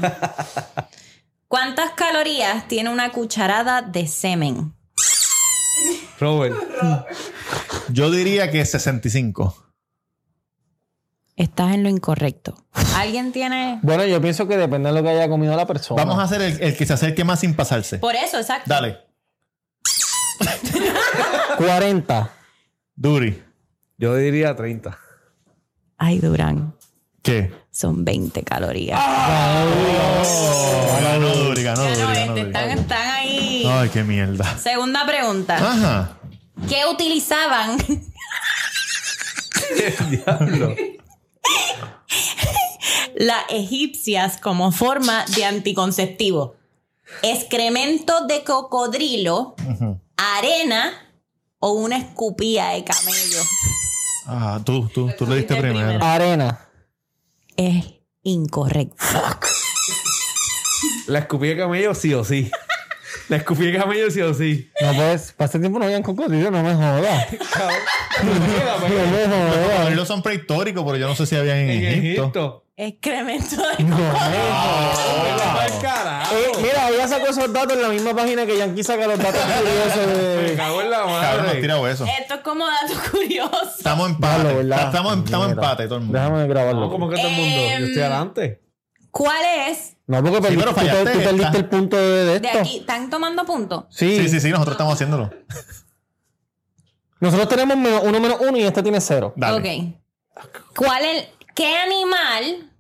C: ¿Cuántas calorías tiene una cucharada de semen?
A: Robert.
B: Yo diría que 65.
E: Estás en lo incorrecto.
C: ¿Alguien tiene?
D: Bueno, yo pienso que depende de lo que haya comido la persona.
B: Vamos a hacer el, el que se acerque más sin pasarse.
C: Por eso, exacto.
B: Dale.
D: 40.
B: Duri.
A: Yo diría 30.
E: Ay, Durán.
B: ¿Qué?
E: Son 20 calorías.
B: ganó Duri, ganó
C: Ya no,
B: Duri, ganó
C: Oh, este,
B: Duri.
C: están, están ahí.
B: Ay, qué mierda.
C: Segunda pregunta.
B: Ajá.
C: ¿Qué utilizaban?
A: (laughs) Diablo.
C: las egipcias como forma de anticonceptivo. Excremento de cocodrilo, arena o una escupía de camello.
B: Ah, tú, tú, tú le diste
C: Tú diste
B: primero.
D: Arena.
E: Es incorrecto.
A: La escupí de camello sí o sí. La escupí de camello sí o sí.
D: No puedes. Pasé tiempo no habían cocodrilo, no me jodas.
A: Cabrón.
D: No me jodas.
B: Ellos son prehistóricos, pero yo no sé si habían en,
A: En
B: Egipto.
A: Egipto.
C: Excremento de
D: No me jodas.
A: Pa'l carajo.
D: Eh, mira, había sacado esos datos en la misma página que Yankee saca los datos curiosos
B: (laughs)
A: Me
D: de...
A: cago en la
B: Cabrón, nos
A: madre.
B: tirado eso.
C: Esto es como dato curioso.
B: Estamos en
D: Dale,
B: empate.
D: ¿verdad?
B: Estamos en estamos en
D: Mira,
B: empate, todo el mundo.
D: Déjame grabarlo.
A: No, como que todo el mundo. Yo
B: Em.
A: estoy adelante.
C: ¿Cuál es?
D: No, porque perdiste,
B: pero
D: tú te-
B: fallaste,
D: tú, perdiste
B: está-
D: el punto de, de
C: De
D: esto.
C: aquí, ¿están tomando punto?
D: Sí.
B: Sí, sí, sí, nosotros estamos haciéndolo.
D: Nosotros tenemos menos uno menos uno y este tiene cero.
B: Dale.
C: Ok. ¿Cuál es? ¿Qué animal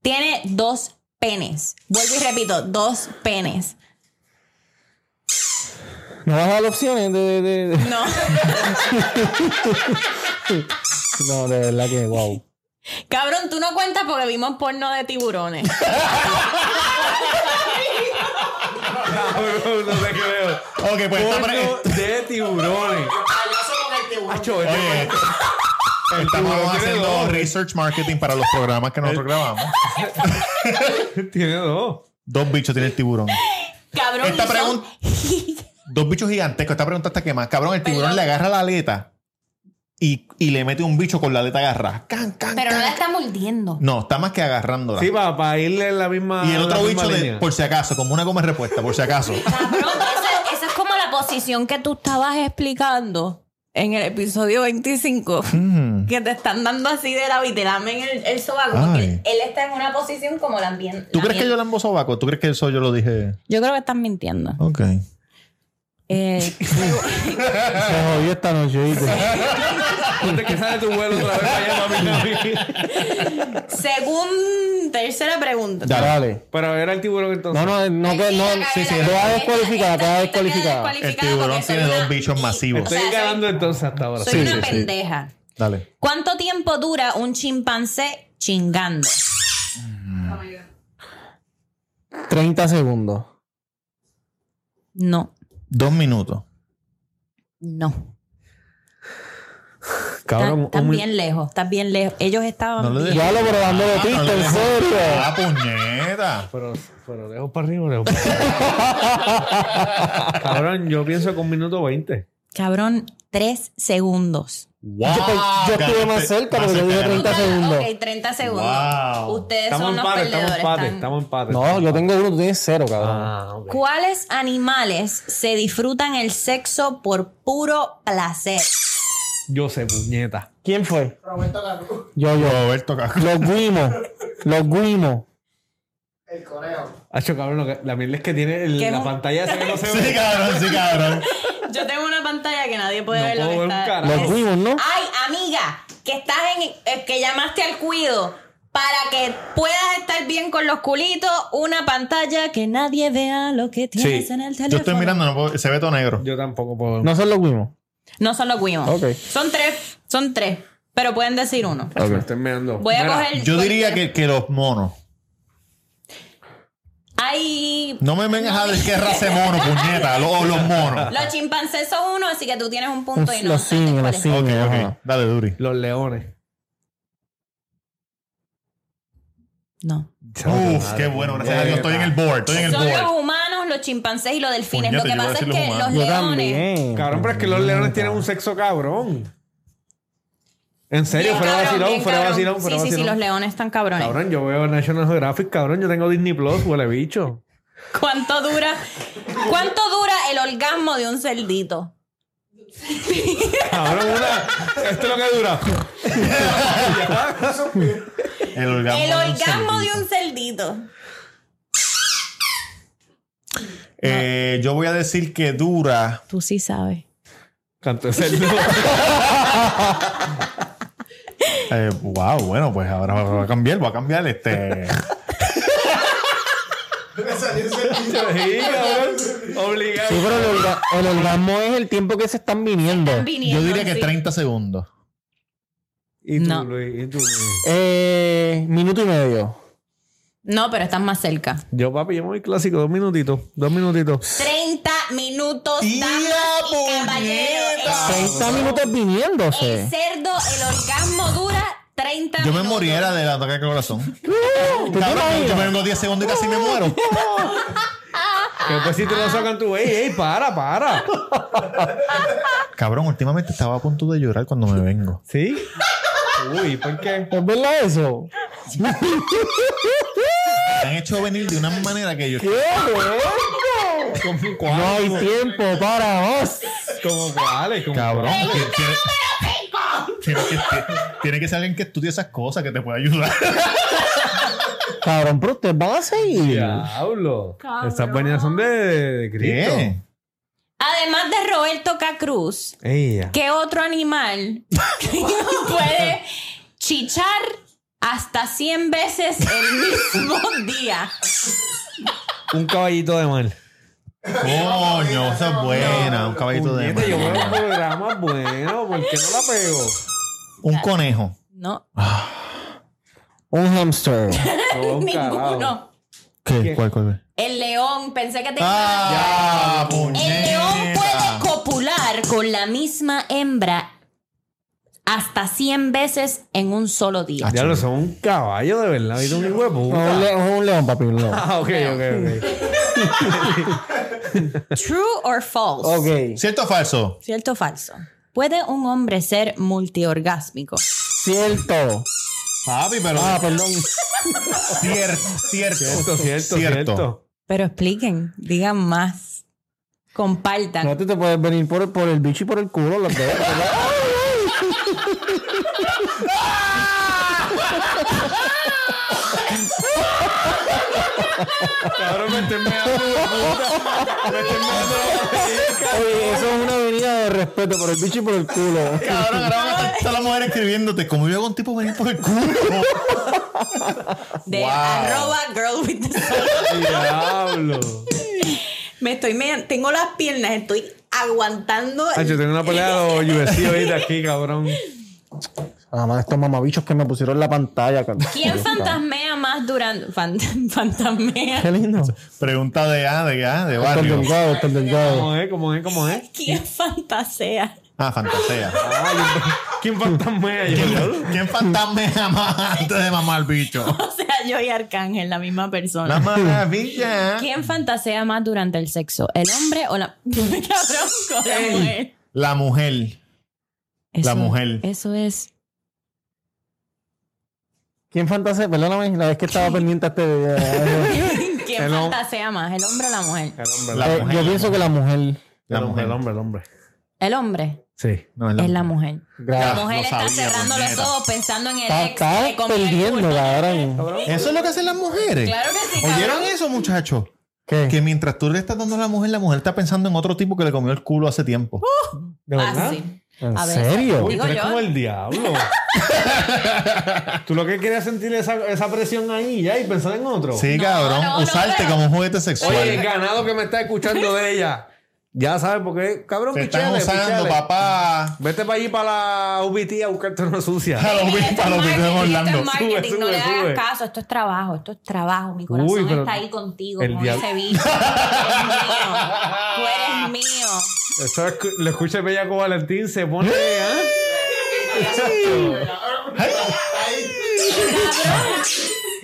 C: tiene dos penes? Vuelvo y repito, dos penes.
D: No vas a dar opciones de... de- de- (laughs) de-
C: No.
D: No, de verdad que wow.
C: (laughs) Cabrón, tú no cuentas porque vimos porno de tiburones.
A: Cabrón, no te creo.
B: Ok, pues esta
A: Porno
B: pre-
A: de tiburones. Acho, este
B: Oye,
A: tiburón
B: estamos
A: tiene
B: haciendo
A: dos.
B: research marketing para los programas que nosotros grabamos.
A: Tiene dos.
B: Dos bichos tiene el tiburón.
C: Cabrón.
B: Esta
C: y son-
B: pregunta. Dos bichos gigantescos. Esta pregunta está que más. Cabrón, el tiburón le agarra la aleta y, y le mete un bicho con la aleta agarrada. Can, can,
C: Pero no
B: can.
C: la está mordiendo.
B: No, está más que agarrándola.
A: Sí, ah, para, irle en la misma.
B: y el otro
A: la misma
B: bicho, de,
A: línea.
B: por si acaso, como una goma de respuesta, por si
C: (laughs)
B: acaso.
C: Cabrón, esa, esa es como la posición que tú estabas explicando en el episodio 25.
B: Mm.
C: Que te están dando así de la y te lamen el, el sobaco. porque
B: Ay.
C: Él, él está en una posición como la ambiente.
B: ¿Tú crees que yo la sobaco? ¿Tú crees que eso yo lo dije?
E: Yo creo que estás mintiendo.
B: Ok.
E: Eh,
D: Se jodió esta noche, ¿viste?
A: Antes que sale tu vuelo otra vez para allá, mami, mami.
C: (laughs) Según tercera pregunta.
D: Dale.
A: Pero era el tiburón entonces.
D: No, no, eh, no, que no.
C: Sí, sí.
D: Queda descualificada, queda descualificada.
C: descualificada.
B: El tiburón
C: porque soy
B: tiene
C: una-
B: dos bichos masivos.
A: Estoy
C: o sea,
A: ganando entonces hasta ahora.
C: Soy
A: Sí.
C: una
B: sí, sí.
C: pendeja.
B: Dale.
C: ¿Cuánto tiempo dura un chimpancé chingando?
D: 30 segundos.
C: No,
B: Dos minutos.
C: no. Estás
A: Cabrón,
C: estás
A: un-
C: bien lejos, estás bien lejos. Ellos estaban.
B: No le
C: bien-
B: dejes.
D: Ya lo probando de
B: Ah, no
D: triste,
B: le
D: en
B: dejo-
D: serio.
B: Ah, puñeta.
A: Pero, pero lejos para arriba, lejos para arriba. Cabrón, yo pienso con minuto 20.
C: Cabrón, tres segundos.
B: Wow,
D: Yo- yo estuve más cerca, pero yo dije 30
C: Total,
D: segundos.
C: Ok, 30 segundos.
B: Wow.
C: Ustedes
A: Estamos
C: son los
A: empates, estamos
C: perdedores.
A: empates,
C: están-
A: estamos empates.
D: No, yo tengo uno, tú tienes cero, cabrón.
A: Ah, ok.
C: ¿Cuáles animales se disfrutan el sexo por puro placer?
A: Yo sé, puñeta.
D: ¿Quién fue?
F: Roberto Carlos.
D: Yo, yo.
B: Roberto Cajón.
D: Los guimos. Los guimos.
F: El conejo.
A: Hacho, cabrón, lo que- la mierda es que tiene el-
C: ¿Qué?
A: la pantalla esa que no se
B: (laughs) (laughs) Sí,
A: ve.
B: cabrón, sí, cabrón.
C: Yo tengo una pantalla que nadie puede
A: No
C: ver lo
A: puedo
C: que
A: ver un
C: está.
A: carajo.
D: Los guimos, ¿no?
C: Ay, amiga, que estás en eh, que llamaste al cuido para que puedas estar bien con los culitos, una pantalla que nadie vea lo que tienes
A: Sí.
C: en el teléfono.
B: Yo estoy mirando, no puedo- se ve todo negro.
A: Yo tampoco puedo ver.
D: No son los guimos.
C: No son los cuimos.
D: Ok.
C: Son tres, son tres, pero pueden decir uno.
A: Me estoy meando.
C: Voy a
A: Mira,
C: coger
B: Yo
C: cualquier-
B: diría que, que los monos.
C: Ay,
B: No me vengas a decir qué raza de mono, puñeta. Los, los monos.
C: los chimpancés son uno, así que tú tienes un punto y no
D: Los
C: sabes
D: simios,
C: cuál
D: los
C: es.
D: simios.
B: Ok, ok.
D: ajá.
B: Dale, Duri.
A: Los leones.
C: No.
B: Uf, qué bueno, gracias a Dios. Estoy en el board, estoy en el
C: Son los
B: board.
C: humanos, los chimpancés y los delfines.
B: Puñeta,
C: lo que
B: yo iba a
C: pasa es
B: decir
C: que
B: los
C: los
B: humanos.
D: Yo
C: leones.
D: también.
A: Cabrón, pero es que los leones tienen un sexo cabrón. En serio,
C: Bien
A: fuera
C: cabrón,
A: vacilón,
C: bien
A: fuera
C: cabrón.
A: vacilón, fuera
C: Sí, sí, sí, los
A: vacilón.
C: leones están cabrones.
A: Cabrón, yo veo National Geographic, cabrón, yo tengo Disney Plus, huele bicho.
C: ¿Cuánto dura, cuánto dura el orgasmo de un cerdito?
A: Cabrón, una, esto es lo que dura.
B: El orgasmo,
C: el orgasmo de
B: cerdito.
C: un cerdito.
B: Eh, yo voy a decir que dura.
E: tú sí sabes.
A: Canto de cerdo.
B: eh, wow, bueno, pues ahora va a cambiar, va a cambiar este.
F: Me salió ese bicho.
A: Sí, cabrón. Obligado.
D: Sí, pero el, orga- el orgasmo es el tiempo que se están viniendo.
B: Yo diría que 30 segundos.
A: Y tú,
C: No.
A: Luis, y tú, Luis.
D: Eh, minuto y medio.
C: No, pero estás más cerca.
A: Yo, papi, yo me voy clásico, dos minutitos, dos minutitos.
C: 30 minutos,
B: ¡Ya,
C: damas y caballeros. El-
D: 30 minutos viniéndose.
C: El cerdo, el orgasmo dura 30
B: Yo me
C: minutos.
B: moriera de ataque al corazón.
D: ¿Tú te
B: Cabrón, yo me
D: imaginas?
B: vengo 10 segundos y casi me muero.
A: Que después si te lo sacan tú, ey, ey, para, para.
B: Cabrón, últimamente estaba a punto de llorar cuando me vengo.
A: ¿Sí? Uy, ¿por qué?
D: ¿Es verdad eso?
B: Me han hecho venir de una manera que yo.
D: ¡Qué bueno!
A: ¿Cómo
D: No
A: cuál?
D: hay tiempo para vos.
A: ¿Cómo cuál? ¿Cómo
B: Cabrón, que tiene, tiene que, tiene que ser alguien que estudie esas cosas que te pueda ayudar.
D: Cabrón, pero ustedes van a seguir.
A: Diablo.
C: Cabrón.
A: Estas vainas son de, de Cristo.
B: ¿Qué?
C: Además de Roberto Cacruz,
A: Ella.
C: ¿qué otro animal (laughs) puede chichar hasta 100 veces el mismo (laughs) día?
A: Un caballito de mal.
B: Coño, esa es buena. Un caballito de.
A: Puñeta, Yo veo un
B: madera.
A: programa bueno. ¿Por qué no la pego?
B: Un conejo.
C: No,
D: Un hamster.
A: No, un Oh, carajo.
C: (laughs) ninguno.
B: ¿Qué? ¿Cuál, cuál? cuál?
C: El león, pensé que te
B: ¡Ah! puñeta.
C: El león puede copular con la misma hembra hasta 100 veces en un solo día.
A: Ya lo son un caballo de verdad. ¿Viste un hijo de
D: No, un,
A: puta?
D: león, un león, papi, un león.
A: Ah, ok, ok, ok.
C: True or false?
D: Ok.
B: ¿Cierto o falso?
C: ¿Cierto o falso? ¿Puede un hombre ser multiorgásmico?
D: Cierto.
B: Papi, pero.
D: Ah, perdón.
B: cierto, cierto.
A: Cierto, cierto, cierto.
C: Pero expliquen, digan más.
D: No
C: Compartan.
D: tú te puedes venir por, por el bicho y por el culo los dedos. ¿verdad?
A: Cabrón, me estoy meando de puta. Me estoy meando de puta.
D: Oye, eso es una venida de respeto por el bicho y por el culo.
B: Cabrón, ahora van a estar todas las mujeres escribiéndote. Como vive con tipo venir por el culo.
C: De
B: Wow.
C: arroba girl with the soul.
A: Diablo.
C: Me estoy me tengo las piernas, estoy aguantando.
A: Ay, Ah, yo tengo una pelea de UFC ahorita aquí, cabrón.
D: Además, estos mamabichos que me pusieron en la pantalla. cabrón.
C: ¿Quién fantasmea más durante fan- (laughs) fantasmea?
D: Qué lindo.
B: Pregunta de A, de A, de
D: Héctor
B: barrio.
D: Delgado, Héctor Delgado.
A: ¿Cómo es? ¿Cómo es? ¿Cómo es?
C: ¿Quién fantasea?
B: Ah, fantasea.
A: ¿Quién fantasmea? Yo,
B: ¿Quién, quién fantasmea más antes de mamar al bicho?
C: O sea, yo y Arcángel, la misma persona.
B: La maravilla.
E: ¿Quién fantasea más durante el sexo? ¿El hombre o la. (laughs)
C: Cabrón, con la mujer.
B: La mujer. La
E: Eso-
B: mujer.
E: Eso
C: (laughs)
E: es.
D: ¿Quién fantasea? Perdóname, la vez que estaba pendiente a este video.
C: (laughs)
D: Eh,
E: ¿Quién
A: El hom-
E: fantasea más? ¿El hombre o la mujer?
A: El hombre.
B: La mujer,
D: Yo
B: la
D: pienso que la mujer.
B: La
A: el hombre,
B: mujer.
A: el hombre, el hombre.
E: El hombre
A: Sí.
B: No,
E: es la mujer.
D: Gra-
B: Ah,
C: La mujer
B: lo
C: está
B: sabía,
C: cerrando los
B: puñeta.
C: ojos pensando en el
D: Está,
C: ex.
D: está
C: que le comió el
D: perdiendo,
C: culo.
D: cabrón.
B: Eso es lo que hacen las mujeres.
C: Claro que sí, cabrón.
B: ¿Oyeron eso, muchachos?
D: ¿Qué?
B: Que mientras tú le estás dando a la mujer, la mujer está pensando en otro tipo que le comió el culo hace
C: Uh,
B: tiempo.
A: ¿De verdad?
C: Ah, sí.
D: ¿En
E: A ver,
D: serio?
A: Uy, tú
C: Digo
A: eres
C: yo.
A: como el (laughs) diablo. tú lo que quieres es sentir esa, esa presión ahí ya y pensar en otro.
B: Sí,
C: No,
B: cabrón.
C: no, no,
B: Usarte
C: pero-
B: como un
A: Oye,
B: juguete
A: el
B: sexual.
A: ganado que me está escuchando de ella. Ya sabes por qué. Cabrón,
B: Te están
A: pichale,
B: usando,
A: pichale.
B: papá.
A: Vete para allí para la UBT a buscarte una sucia. (laughs)
B: A los
C: Esto
B: bits,
C: es
B: a los bits de
C: marketing, esto
B: Orlando.
C: es marketing,
A: Sube,
C: no
A: sube,
C: le
A: sube.
C: hagas caso, esto es trabajo, esto es trabajo. Mi corazón
A: Uy, pero
C: está ahí contigo,
A: el
C: con
A: diablo-
C: ese bicho. Tú eres mío. Tú eres mío.
A: Eso es- lo escucha Bellaco Valentín, se pone. ¿eh?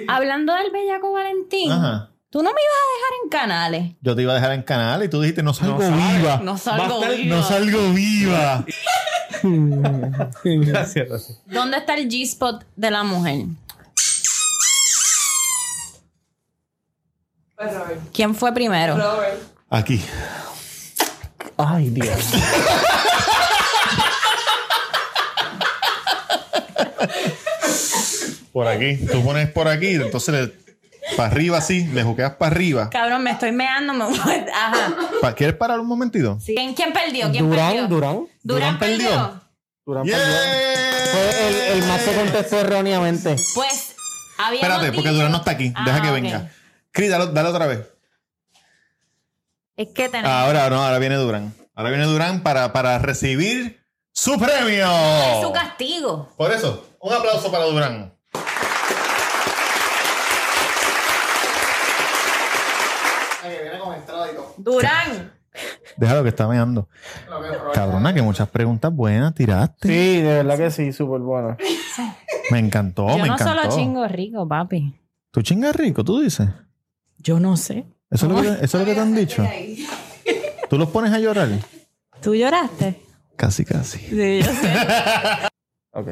E: Hablando del bellaco Valentín,
B: Ajá.
E: tú no me ibas a dejar en canales.
B: Yo te iba a dejar en canal y tú dijiste, no salgo
A: sale.
B: viva.
C: No
A: Va a
C: salgo
A: estar-
C: viva.
B: No salgo viva.
A: Gracias, gracias.
E: ¿Dónde está el G-spot de la mujer?
F: Robert.
E: ¿Quién fue primero?
F: Robert.
B: Aquí.
D: Ay, Dios.
B: Por aquí. Tú pones por aquí, entonces le, para arriba así, le juqueas para arriba.
E: Cabrón, me estoy meando. Me... voy- Ajá.
B: Pa- ¿Quieres parar un momentito?
E: ¿Quién, quién perdió? ¿Quién perdió?
D: Durán, Durán.
E: Durán
B: Durán perdió.
E: perdió.
D: Durán
B: Yeah.
D: perdió. Fue el, el más que contestó erróneamente.
E: Pues había.
B: Espérate, porque Durán no está aquí.
E: Ah,
B: Deja que venga. Cris, dale, dale otra vez.
E: Es que tenemos.
B: Ahora, no, ahora viene Durán. Ahora viene Durán para, para recibir su premio.
E: su castigo.
B: Por eso, un aplauso para Durán.
F: La que viene con entrada y todo.
C: Durán.
B: Déjalo que está meando.
F: Lo que es Robert.
B: Cabrona, que muchas preguntas buenas tiraste.
D: Sí, de verdad que sí, súper bueno.
B: Me encantó,
E: Yo
B: Oh, me
E: no
B: encantó.
E: solo chingo rico, papi.
B: Tú chingas rico, tú dices.
E: Yo no sé.
B: Eso es lo que, te- eso es lo que te han dicho. Tú los pones a llorar.
E: ¿Tú lloraste?
B: Casi, casi.
E: Sí, yo sé. (laughs)
D: Ok.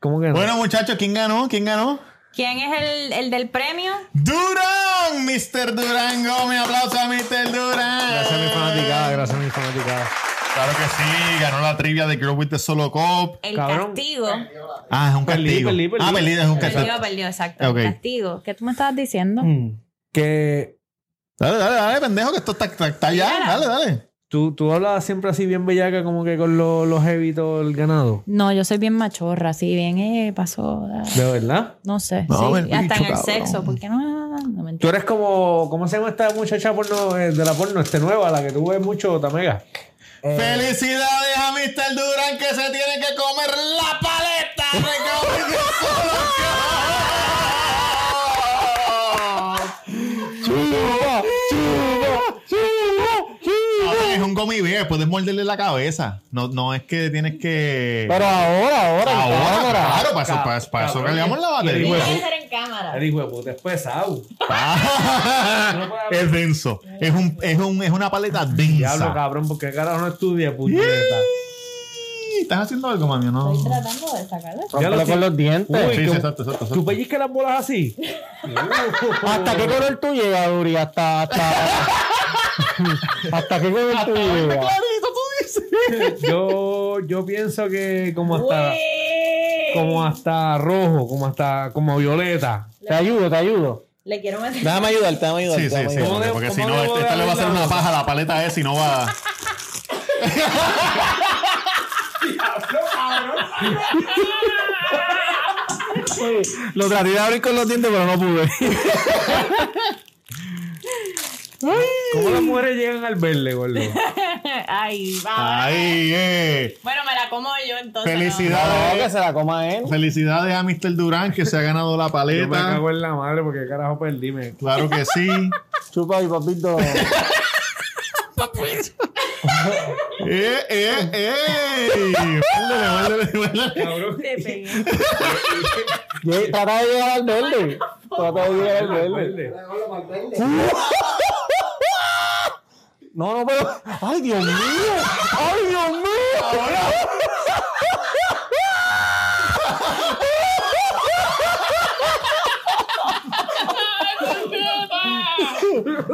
A: ¿Cómo que no?
B: Bueno, muchachos, ¿quién ganó? ¿Quién ganó?
E: ¿Quién es el, el del premio?
B: Durán, Mr. Durán Gómez, aplauso a Mr. Durán.
A: Gracias a mi fanaticada, gracias a mi fanaticada.
B: Claro que sí, ganó la trivia de Girl with the Solo Cop.
E: El
A: Cabrón.
E: castigo.
B: Ah, es un
A: Perdí,
B: castigo.
A: perdí, perdí.
B: Ah, perdido, es un castigo.
E: Perdió, perdió, exacto. El
B: Ok.
E: castigo. ¿Qué tú me estabas diciendo?
A: Que
B: Dale, dale, dale, pendejo, que esto está, está, está allá. Dale, dale.
A: tú, tú hablabas siempre así bien bellaca, como que con los los heavitos, el ganado.
E: No, yo soy bien machorra, así bien, eh, pasó. da-
A: ¿De verdad?
E: No sé.
B: No,
E: sí,
B: el bicho,
E: hasta en el
B: cabrón.
E: sexo, porque no, no, no,
A: Tú
E: mentira.
A: eres como, ¿cómo se llama esta muchacha porno, eh, de la porno? Este nueva, la que tú ves mucho, Tamega.
B: Felicidades a Mr. Durán que se tiene que comer la paleta de Girl with the Solo Cop.
D: Chupa, chupa, chupa, chupa.
B: Ahora es un gummy bear, puedes morderle la cabeza. No, no es que tienes que.
D: Pero ahora, ahora, en
B: Ahora,
D: cámara.
B: claro, para eso, para, eso- para eso
A: Cabrón.
B: cargamos la
A: Y
B: batería.
A: el
C: Ser en cámara.
A: El hijo de puta es pesado.
B: Ah, (laughs) es denso. Es, un, es, un, es una paleta
A: Diablo,
B: densa.
A: cabrón, porque carajo no estudia, puñeta.
B: ¿Estás haciendo algo, mami? o No.
C: Tratando de sacarlo.
A: Ya lo
D: Rómpelo con
A: sé.
D: los dientes.
A: Uy,
B: Sí,
A: tú-
B: sí, exacto, exacto,
A: ¿Tú
B: exacto.
A: pellizcas las bolas (laughs) así?
D: ¿Hasta qué color tú llegas, Uri? Hasta, hasta... ¿Hasta qué color tú llegas?
A: yo, yo pienso que como hasta, como hasta rojo, como hasta como violeta.
D: Te ayudo, te ayudo.
C: Le quiero meter. (laughs)
D: Déjame ayudarte, déjame ayudarte.
B: Sí, sí,
D: déjame
B: sí.
D: ayudarte.
A: ¿Cómo de-
B: Porque
A: cómo
B: si no,
A: debo
B: este,
A: de
B: esta le va a hacer
A: hablar?
B: una paja a la paleta esa y no va.
D: Lo traté de abrir con los dientes, pero no pude.
A: ¿Cómo las mujeres llegan al verle, gordo?
C: Ay,
B: Ah.
C: va.
B: Ay, eh.
C: Bueno, me la como yo entonces.
D: No, que
B: Felicidades.
D: se la coma él.
B: Felicidades a Mr. Durán que se ha ganado la
A: Yo me
B: paleta.
A: cago en la madre porque carajo perdí. Me...
B: Claro que
D: (laughs)
B: sí.
D: Chupa mi (laughs) papito.
B: ¡Eh, eh, eh! Mándale, mándale, mándale.
A: Cabrón.
C: Te pegué.
D: Yo- Trata de llegar al verde. Trata de llegar al verde.
A: Verde.
D: No, no, pero. ¡Ay, Dios mío! ¡Ay, Dios mío!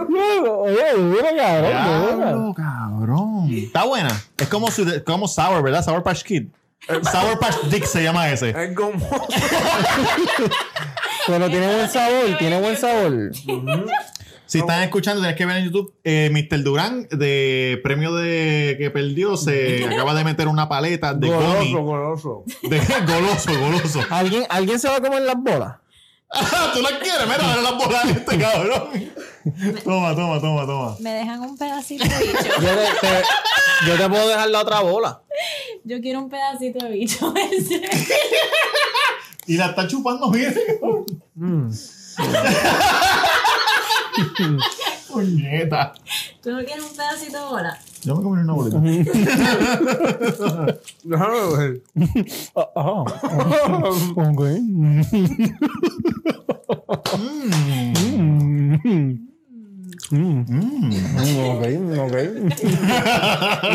D: Luego, Oye, duro, cabrón. duro.
B: Diablo, cabrón. Está buena. Es como, su, como Sour, ¿verdad? Sour Patch Kid.
A: Eh,
B: Sour Patch Dick se llama ese.
A: Es como.
D: Pero tiene buen sabor, tiene buen sabor.
B: Si están escuchando, tenés que ver en YouTube. eh, Mr. Durán, de premio de que perdió,
D: (laughs)
B: se acaba de meter una paleta de gummy.
A: Goloso, goloso.
B: De (laughs) goloso, goloso. (laughs)
D: ¿Alguien, ¿Alguien se va a comer las bolas?
B: Ah, tú la quieres, mira, mira las bolas de este cabrón.
D: (laughs)
B: Toma, toma, toma, toma.
E: Me dejan un pedacito de bicho.
D: Yo te, te- yo te puedo dejar la otra bola.
E: Yo quiero un pedacito de bicho. (laughs) en serio.
B: Y la está chupando bien.
D: Mm.
B: (laughs) Puñeta.
E: ¿Tú no quieres un pedacito de bola?
B: Yo me comí una bolita.
A: Déjame (laughs) ver. Ah,
D: Mm, ok, ok.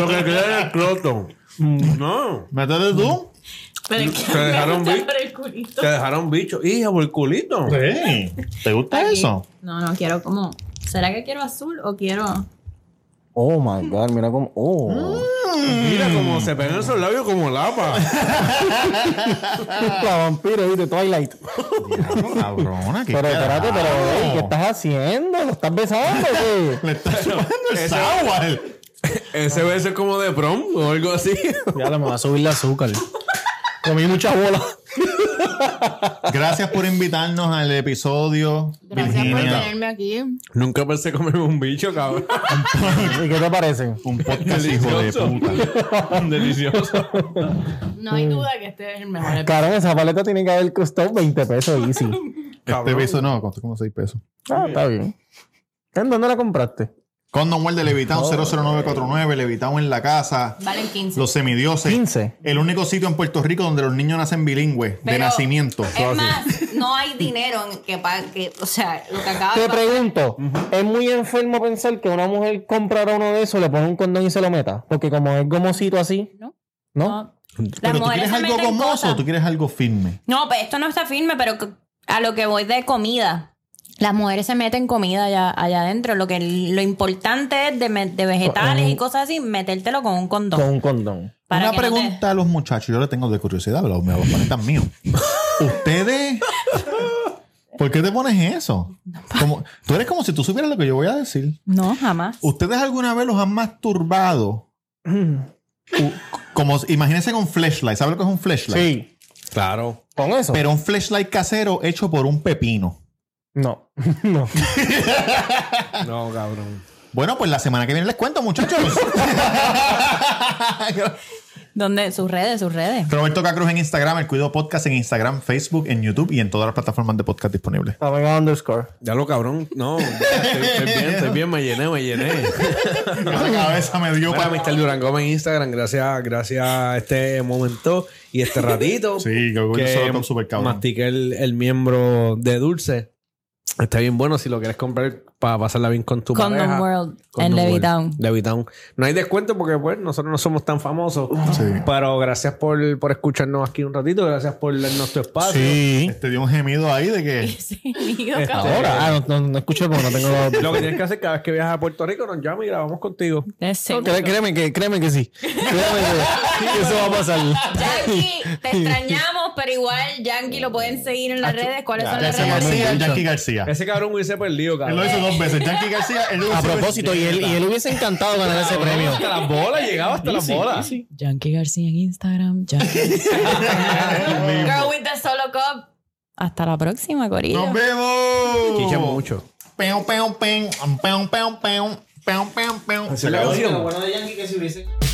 A: (laughs) Lo que queda es el croton. Mm. No.
B: ¿Métete tú?
C: Pero es que
A: Te dejaron
C: me gusta
A: vi-
C: por el culito.
A: Te dejaron bicho. Hija, por el culito.
B: Sí. ¿Te gusta
C: Aquí.
B: eso?
C: No, no, quiero como. ¿Será que quiero azul o quiero.?
D: Oh my god, mira cómo. Oh.
A: Mira mm. cómo se pegan esos labios como (laughs) lapa.
D: La vampiro, viste, Twilight.
B: Cabrona, qué
D: Pero espérate, pero,
B: carajo.
D: ey, ¿qué estás haciendo? ¿Lo estás besando? o
B: Le estás chupando el
A: Ese-
B: sour.
A: Ese beso es como de prom o algo así. (laughs)
D: qué? Ya me va a subir el azúcar. Comí muchas bolas.
B: Gracias por invitarnos al episodio.
C: Gracias por
B: Virginia.
C: tenerme aquí.
A: Nunca pensé comerme un bicho, cabrón.
D: ¿Y qué te parece?
B: Un podcast hijo de
A: Delicioso.
B: puta.
A: (laughs)
B: Este
A: Delicioso.
C: No
B: Mm.
C: hay duda que este es el mejor episodio.
D: Claro, esa paleta tiene que haber costado 20 pesos easy.
B: Este beso no, costó como 6 pesos.
D: Ah, está bien. ¿En dónde la compraste?
B: Condom World de Levitown 00949, Levitown en la casa,
C: Valen 15.
B: los semidioses.
D: 15.
B: El único sitio en Puerto Rico donde los niños nacen bilingües, de
C: Pero- eh,
B: nacimiento.
C: Es más, no hay dinero en que pa- que, o sea, lo que acaba
D: Te
C: de
D: pregunto, ¿es muy enfermo pensar que una mujer comprara uno de esos, le pone un condón y se lo meta? Porque como es gomosito así,
E: No.
D: ¿no?
E: No.
B: Pero tú quieres algo gomoso o tú quieres algo firme.
E: No, pues esto no está firme, pero c- a lo que voy de comida. Las mujeres se meten comida allá, allá adentro. Lo que lo importante es de, me- de vegetales y cosas así, metértelo con un condón.
D: Con un condón.
E: Para
B: Una
E: que no te-
B: pregunta a los muchachos, yo le tengo de curiosidad, los me los
E: (laughs)
B: paletas míos. Ustedes, ¿por qué te pones eso? Como, tú eres como si tú supieras lo que yo voy a decir.
E: No, jamás.
B: ¿Ustedes alguna vez los han masturbado?
E: Mm.
B: U- Como, imagínense con flashlight. ¿Sabes lo que es un flashlight?
D: Sí.
A: Claro.
D: ¿Con eso?
B: Pero un flashlight casero hecho por un pepino.
D: No. (laughs) no.
A: No, cabrón.
B: Bueno, pues la semana que viene les cuento,
E: (laughs)
B: muchachos.
E: ¿Dónde? Sus redes, sus redes.
B: Roberto Cacruz en Instagram, el Cuido Podcast en Instagram, Facebook, en YouTube y en todas las plataformas de podcast
E: (laughs)
B: disponibles.
D: Tamega underscore.
A: Ya lo cabrón. No. Estoy, estoy bien, estoy bien. Me llené, me llené.
B: La cabeza me dio
A: Para
B: para
A: Mr. Durán Gómez en Instagram, gracias, gracias a este momento y este ratito.
B: Sí, que hoy se lo come súper cabrón.
A: mastiqué el, el miembro de dulce. Está bien bueno si lo quieres comprar para pasarla bien con tu
E: Condom
A: pareja.
E: World
A: Condom
E: en
A: World. (laughs)
E: Levittown.
A: Levittown. No hay descuento porque, pues, nosotros no somos tan famosos.
B: Sí.
A: Pero gracias por, por escucharnos aquí un ratito. Gracias por darnos tu espacio.
B: Sí. Te Este, dio un gemido ahí de que.
E: Sí, amigo,
A: Este,
E: cabrón.
D: Ahora, ah, no, no, no escuché porque no tengo
A: Lo
D: (laughs)
A: que tienes que hacer cada vez que viajas a Puerto Rico, nos llama y grabamos contigo.
E: Ustedes seguro.
D: Cre- créeme que, créeme que sí. Créeme que, que eso va a pasar.
E: Jackie, te extrañamos,
C: pero igual Yankee lo pueden seguir en las redes. ¿Cuáles son las
B: Ese
C: redes?
B: García, el Yankee García.
A: Ese cabrón hubiese perdido,
B: Él lo
A: cabrón.
B: hizo dos veces. Yankee García, él lo hizo
D: A propósito, y él, y él hubiese encantado ganar ese premio.
A: Hasta las bolas, llegaba hasta las bolas.
C: Yankee García en Instagram. Yankee. Girl with the Solo Cup. Hasta la próxima, Corillo.
B: ¡Nos vemos!
A: Chicha mucho.
B: Peum, peum, peum, peum, peum, peum, peum, peum, peum.
A: Se la
F: Oye,
A: odio.
F: Lo bueno de Yankee que si hubiesen...